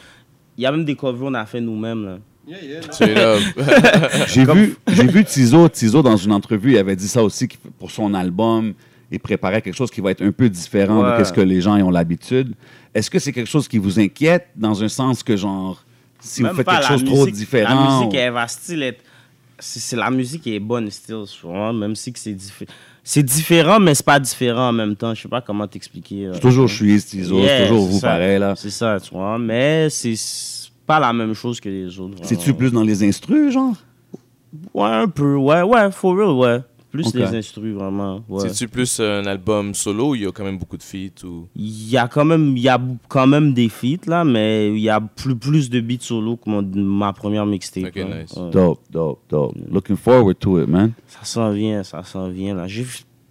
Speaker 4: Il y a même des covers qu'on a fait nous-mêmes là.
Speaker 5: Yeah, yeah, non.
Speaker 2: Straight up.
Speaker 3: (laughs) J'ai vu, j'ai vu Tizo, Tizo dans une entrevue, il avait dit ça aussi qu'il- pour son album. Il préparait quelque chose qui va être un peu différent
Speaker 4: Ouais.
Speaker 3: de ce que les gens y ont l'habitude. Est-ce que c'est quelque chose qui vous inquiète dans un sens que, genre, si vous faites
Speaker 4: pas
Speaker 3: quelque
Speaker 4: la
Speaker 3: chose trop
Speaker 4: musique- La
Speaker 3: différent?
Speaker 4: musique,
Speaker 3: ou-
Speaker 4: elle va still être. C'est c'est la musique qui est bonne, still, souvent, même si que c'est diffé- C'est différent, mais c'est pas différent en même temps. Je sais pas comment t'expliquer. euh. là.
Speaker 3: C'est toujours je suis Tizo,
Speaker 4: Yeah,
Speaker 3: c'est toujours
Speaker 4: c'est
Speaker 3: vous
Speaker 4: ça.
Speaker 3: pareil, là.
Speaker 4: C'est ça, tu vois. Mais c'est c'est pas la même chose que les autres. vraiment.
Speaker 3: C'est-tu plus dans les instrus, genre?
Speaker 4: Ouais, un peu. Ouais, ouais, for real, ouais. Plus
Speaker 3: Ok.
Speaker 4: les instrus, vraiment. Ouais.
Speaker 2: C'est-tu plus un album solo ou il y a quand même beaucoup de feats ou...
Speaker 4: Il y a quand même, il y a bou- quand même des feats, là, mais il y a plus, plus de beats solo que mon- ma première mixtape.
Speaker 2: Ok,
Speaker 4: là.
Speaker 2: nice.
Speaker 4: Ouais.
Speaker 3: Dope, dope, dope. Looking forward to it, man.
Speaker 4: Ça s'en vient, ça s'en vient, là. J'ai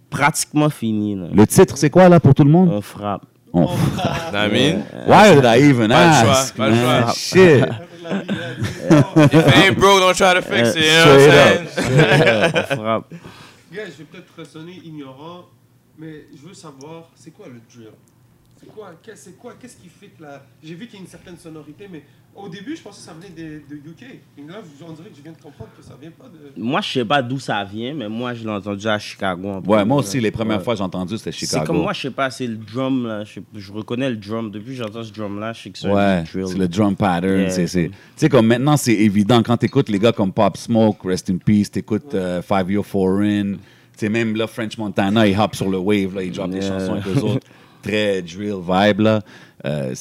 Speaker 4: pratiquement fini, là.
Speaker 3: Le titre, c'est quoi, là, pour tout le monde?
Speaker 4: On frappe.
Speaker 3: On... Ah,
Speaker 2: T'as mis?
Speaker 3: Why did I even
Speaker 2: Pas le choix,
Speaker 3: ask?
Speaker 2: pas le
Speaker 3: man?
Speaker 2: choix.
Speaker 4: (laughs)
Speaker 3: Shit.
Speaker 5: La vie, la vie.
Speaker 2: Hey bro, don't try to fix it, you know what I'm
Speaker 3: Euh, Straight
Speaker 2: saying?
Speaker 3: up.
Speaker 4: On frappe.
Speaker 5: Gars, (laughs) je vais peut-être sonner ignorant, mais je veux savoir, c'est quoi le drill C'est quoi qu'est- C'est quoi Qu'est-ce qui fait que la... J'ai vu qu'il y a une certaine sonorité, mais au début, je pensais que ça venait des- de, UK. Mais là, on dirait que je viens de comprendre que ça vient pas de...
Speaker 4: Moi, je sais pas d'où ça vient, mais moi, je l'ai entendu à Chicago. en
Speaker 3: Ouais,
Speaker 4: plus,
Speaker 3: moi
Speaker 4: là.
Speaker 3: aussi, les premières
Speaker 4: Ouais.
Speaker 3: fois que j'ai entendu, c'était Chicago.
Speaker 4: C'est comme moi, je sais pas, c'est le drum là. Je, sais- je reconnais le drum. Depuis que j'entends ce drum là, je sais que c'est
Speaker 3: Ouais,
Speaker 4: un drill.
Speaker 3: c'est le drum pattern.
Speaker 4: Yeah.
Speaker 3: c'est- c'est- Tu sais, comme maintenant, c'est évident. Quand t'écoutes les gars comme Pop Smoke, Rest in Peace, t'écoutes euh, Five Year Foreign, tu sais, même là, French Montana, ils hop sur le wave, là, ils drop des
Speaker 4: Yeah.
Speaker 3: chansons avec eux
Speaker 4: (laughs)
Speaker 3: autres. Très drill vibe, là. Euh,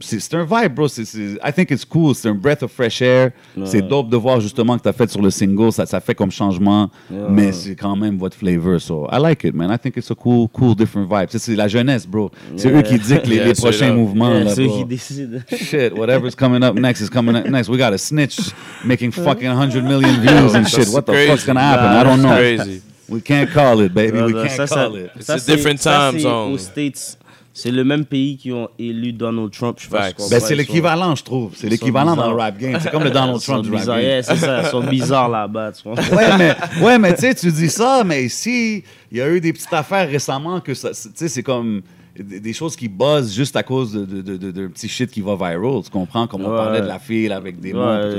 Speaker 3: c'est c'est un vibe, bro. c'est c'est- I think it's cool. C'est un breath of fresh air. C'est dope de voir justement que t'as fait sur le single. Ça, ça fait comme changement, mais c'est quand même votre flavor. So I like it, man. I think it's a cool, cool, different vibe. C'est- C'est la jeunesse, bro. C'est eux qui dictent
Speaker 4: (laughs)
Speaker 3: les,
Speaker 2: Yeah,
Speaker 3: les
Speaker 2: straight
Speaker 3: prochains
Speaker 2: up.
Speaker 3: mouvements.
Speaker 4: Yeah,
Speaker 3: là,
Speaker 4: ceux
Speaker 3: bro.
Speaker 4: qui décident. (laughs)
Speaker 3: shit, whatever's coming up next is coming up next. We got a snitch making fucking 100 million views and shit. What the
Speaker 2: Crazy.
Speaker 3: fuck's gonna happen? I don't know.
Speaker 2: Crazy.
Speaker 3: We can't call it, baby.
Speaker 4: Ah,
Speaker 3: We
Speaker 4: bah,
Speaker 3: can't
Speaker 4: ça, ça-
Speaker 3: call it. Ben,
Speaker 2: It's
Speaker 4: ça,
Speaker 2: a
Speaker 4: c'est-
Speaker 2: different
Speaker 4: ça,
Speaker 2: time
Speaker 4: c'est
Speaker 2: zone.
Speaker 4: Aux States, c'est le même pays qui ont élu Donald Trump, je pense.
Speaker 2: Facts.
Speaker 4: qu'on
Speaker 3: Ben,
Speaker 4: voit,
Speaker 3: c'est
Speaker 4: ils sont-
Speaker 3: l'équivalent, je trouve. C'est
Speaker 4: ils sont
Speaker 3: l'équivalent dans le
Speaker 4: bizarres.
Speaker 3: rap game. C'est comme le Donald
Speaker 4: Ils sont
Speaker 3: Trump du rap
Speaker 4: bizarres.
Speaker 3: game.
Speaker 4: Yeah, c'est ça,
Speaker 3: (laughs)
Speaker 4: ils sont bizarres là-bas, tu vois.
Speaker 3: Ouais, mais, ouais, mais tu sais, tu dis ça, mais ici, il y a eu des petites affaires récemment que ça. Tu sais, c'est comme des des choses qui buzzent juste à cause d'un de, de, de- d'un petit shit qui va viral. Tu comprends? Comme on
Speaker 4: Ouais.
Speaker 3: parlait de la fille avec des mots et
Speaker 4: Ouais.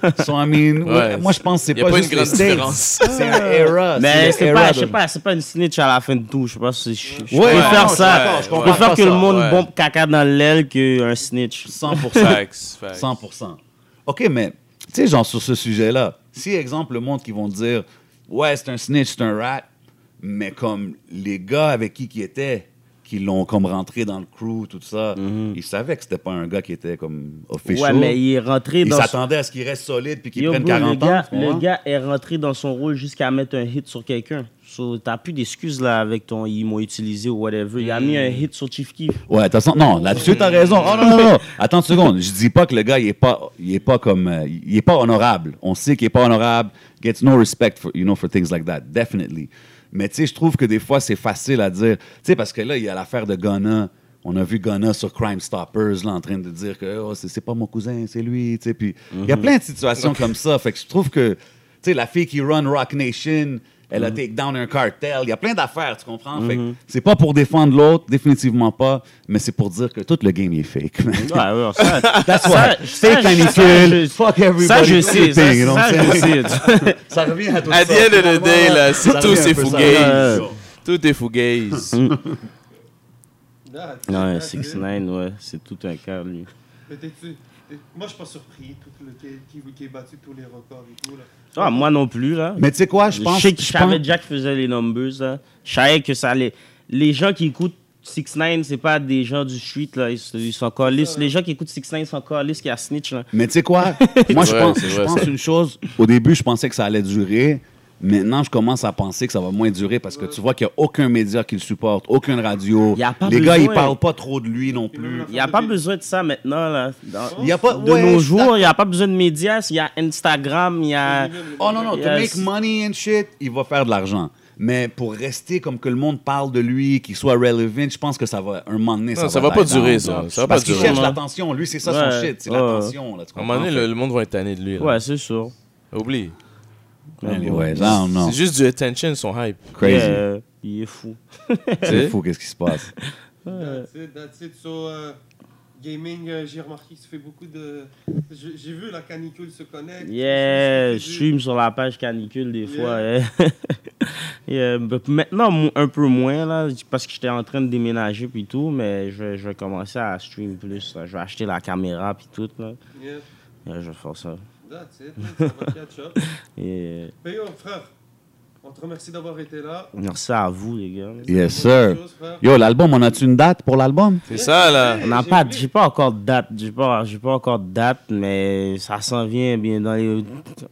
Speaker 3: tout ça. so, I mean, ouais, moi, je pense que (laughs) c'est
Speaker 2: Y a
Speaker 3: pas,
Speaker 2: pas une
Speaker 3: juste
Speaker 2: grande
Speaker 3: les States.
Speaker 2: différence.
Speaker 3: C'est un era.
Speaker 4: Mais c'est
Speaker 3: le
Speaker 4: pas,
Speaker 3: era
Speaker 4: je sais
Speaker 3: de-
Speaker 4: pas, c'est pas une snitch à la fin de tout. Je sais pas si je, je
Speaker 3: Ouais,
Speaker 4: préfère
Speaker 3: non, je suis d'accord,
Speaker 4: ça.
Speaker 3: je
Speaker 4: Je
Speaker 3: comprends
Speaker 4: préfère
Speaker 3: pas
Speaker 4: que
Speaker 3: ça,
Speaker 4: le monde
Speaker 2: ouais.
Speaker 4: bombe caca dans l'aile qu'un snitch. (laughs)
Speaker 3: 100%.
Speaker 2: Facts, facts.
Speaker 3: 100%. OK, mais, tu sais, genre, sur ce sujet-là, si, exemple, le monde qui vont dire, ouais, c'est un snitch, c'est un rat, mais comme les gars avec qui qui était, qui l'ont comme rentré dans le crew, tout ça, ils savaient que c'était pas un gars qui était comme
Speaker 4: Mhm. Ouais,
Speaker 3: official.
Speaker 4: mais il est rentré
Speaker 3: ils
Speaker 4: dans son-
Speaker 3: s'attendaient à ce qu'il reste solide puis qu'il
Speaker 4: Yo,
Speaker 3: prenne
Speaker 4: bro,
Speaker 3: 40
Speaker 4: le
Speaker 3: ans.
Speaker 4: gars,
Speaker 3: tu comprends?
Speaker 4: le gars est rentré dans son rôle jusqu'à mettre un hit sur quelqu'un. So, T'as plus d'excuses là avec ton ils m'ont utilisé ou whatever. Il a mis un hit sur Chief Keef.
Speaker 3: Ouais, t'as sens- non, là-dessus, t'as raison. Oh, non, non, non. Attends une seconde. Je dis pas que le gars, il est pas, il est pas comme, euh, il est pas honorable. On sait qu'il est pas honorable. Gets no respect for, you know, for things like that. Definitely. Mais tu sais, je trouve que des fois, c'est facile à dire. Tu sais, parce que là, il y a l'affaire de Ghana. On a vu Ghana sur Crime Stoppers, là, en train de dire que oh, c'est c'est pas mon cousin, c'est lui, tu sais. Puis, il y a plein de situations comme ça. Fait que je trouve que, tu sais, la fille qui run Rock Nation, elle
Speaker 4: Mhm.
Speaker 3: a take down un cartel. Il y a plein d'affaires, tu comprends? Fait que c'est pas pour défendre l'autre, définitivement pas, mais c'est pour dire que tout le game il est fake. man.
Speaker 4: Ouais, ouais, (laughs) ça.
Speaker 3: That's
Speaker 4: ça-
Speaker 3: why.
Speaker 4: ça,
Speaker 3: Fake
Speaker 4: je-
Speaker 3: canicule,
Speaker 4: ça,
Speaker 3: fuck
Speaker 4: je-
Speaker 3: everybody.
Speaker 4: Ça, je
Speaker 3: tout
Speaker 4: sais.
Speaker 3: le thing, you know
Speaker 4: Ça,
Speaker 3: what
Speaker 4: ça,
Speaker 3: I'm
Speaker 4: je
Speaker 3: saying?
Speaker 4: sais.
Speaker 3: Ça revient à tout
Speaker 2: At
Speaker 3: ça,
Speaker 2: the end of the
Speaker 3: finalement,
Speaker 2: day, là, c'est
Speaker 3: ça
Speaker 2: tout,
Speaker 3: revient un
Speaker 2: c'est
Speaker 3: peu ça.
Speaker 2: fougaze.
Speaker 4: Ouais.
Speaker 2: Tout est fougaze.
Speaker 4: Ouais,
Speaker 5: That's
Speaker 4: 6
Speaker 5: it.
Speaker 4: 9 ouais, c'est tout un cas, lui.
Speaker 5: Mais t'es-tu- t'es- Moi, je suis pas surpris tout le, qui, qui- qui a battu tous les records et tout. Là.
Speaker 4: Ah, moi non plus, là.
Speaker 3: Mais tu sais quoi, je
Speaker 4: Je,
Speaker 3: pense
Speaker 4: sais que je
Speaker 3: je pense-
Speaker 4: savais déjà qu'il faisait les numbers, là. Je savais que ça allait. Les gens qui écoutent 6 9 c'est pas des gens du street, là. Ils, se- ils sont callistes. Les gens qui écoutent 6 9 sont callistes, qui a snitch, là.
Speaker 3: Mais tu
Speaker 2: (laughs)
Speaker 3: sais quoi? Moi, je
Speaker 2: Ouais,
Speaker 3: pense,
Speaker 2: c'est
Speaker 3: je
Speaker 2: vrai,
Speaker 3: pense
Speaker 2: ça.
Speaker 3: une chose. Au début, je pensais que ça allait durer. Maintenant, je commence à penser que ça va moins durer parce que tu vois qu'il n'y a aucun média qui le supporte, aucune radio.
Speaker 4: Y a pas
Speaker 3: Les gars, ils
Speaker 4: besoin.
Speaker 3: parlent pas trop de lui non plus.
Speaker 4: Il n'y a pas besoin de ça maintenant, là. Dans-
Speaker 3: Y a pas-
Speaker 4: de
Speaker 3: ouais, je
Speaker 4: nos
Speaker 3: suis
Speaker 4: jours, il n'y a pas besoin de médias. Il y a Instagram, il y a.
Speaker 3: Oh non, non, to make
Speaker 4: Yes.
Speaker 3: money and shit, il va faire de l'argent. Mais pour rester comme que le monde parle de lui, qu'il soit relevant, je pense que ça va, un moment donné, ça,
Speaker 2: Non, ça va pas
Speaker 3: die down,
Speaker 2: durer,
Speaker 3: genre.
Speaker 2: ça. Ça va
Speaker 3: Parce
Speaker 2: pas
Speaker 3: qu'il
Speaker 2: durer.
Speaker 3: cherche l'attention. Lui, c'est ça son
Speaker 4: Ouais.
Speaker 3: shit, c'est
Speaker 4: Ouais.
Speaker 3: l'attention. là, tu
Speaker 2: À un moment donné, le, le monde va être tanné de lui. là.
Speaker 4: Ouais, c'est sûr.
Speaker 2: Oublie.
Speaker 4: Mais bon.
Speaker 3: Ouais, non, Oh, non.
Speaker 2: C'est juste du attention, son hype.
Speaker 3: Crazy.
Speaker 4: Yeah, euh, il est fou.
Speaker 3: C'est fou, qu'est-ce qui se passe.
Speaker 5: That's it, that's it. So, euh, gaming, euh, j'ai remarqué que tu fais beaucoup de. J'ai j'ai vu la canicule se connecte.
Speaker 4: Yeah, je
Speaker 5: Je sais
Speaker 4: stream sur la page canicule des
Speaker 5: Yeah.
Speaker 4: fois. hein. (laughs) Yeah, ben, maintenant, mo- un peu moins, là, parce que j'étais en train de déménager puis tout, mais je vais, je vais commencer à stream plus. là. Je vais acheter la caméra puis tout. Là.
Speaker 5: ce que tu dis. Yeah,
Speaker 4: Yeah, je vais faire ça.
Speaker 5: that's it. (laughs) man, Ça va catch up.
Speaker 4: Et, euh,
Speaker 5: Mais yo, frère, on te remercie d'avoir été là.
Speaker 4: merci à vous, les gars.
Speaker 3: Yes,
Speaker 5: Bonne
Speaker 3: sir.
Speaker 5: chose, frère.
Speaker 3: Yo, l'album, on a-tu une date pour l'album?
Speaker 2: C'est ça, là.
Speaker 4: On n'a
Speaker 5: J'ai
Speaker 4: pas,
Speaker 5: oublié.
Speaker 4: j'ai pas encore de date, j'ai pas, j'ai pas encore de date, mais ça s'en vient bien dans les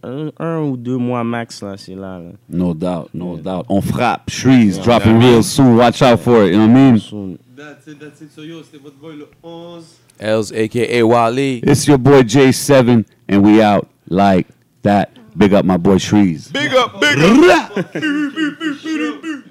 Speaker 4: un, un ou deux mois max là, c'est là. là.
Speaker 3: No doubt, no doubt. On frappe. Shreeze, dropping
Speaker 2: Yeah.
Speaker 3: real soon. Watch out for it. You know what I mean?
Speaker 4: So,
Speaker 5: That's it, that's it. So, yo, c'était votre boy le 11.
Speaker 2: Els, a.k.a. Wally.
Speaker 3: It's your boy J7, and we out like that. Big up my boy Shreeze.
Speaker 2: Big up, big
Speaker 5: Show.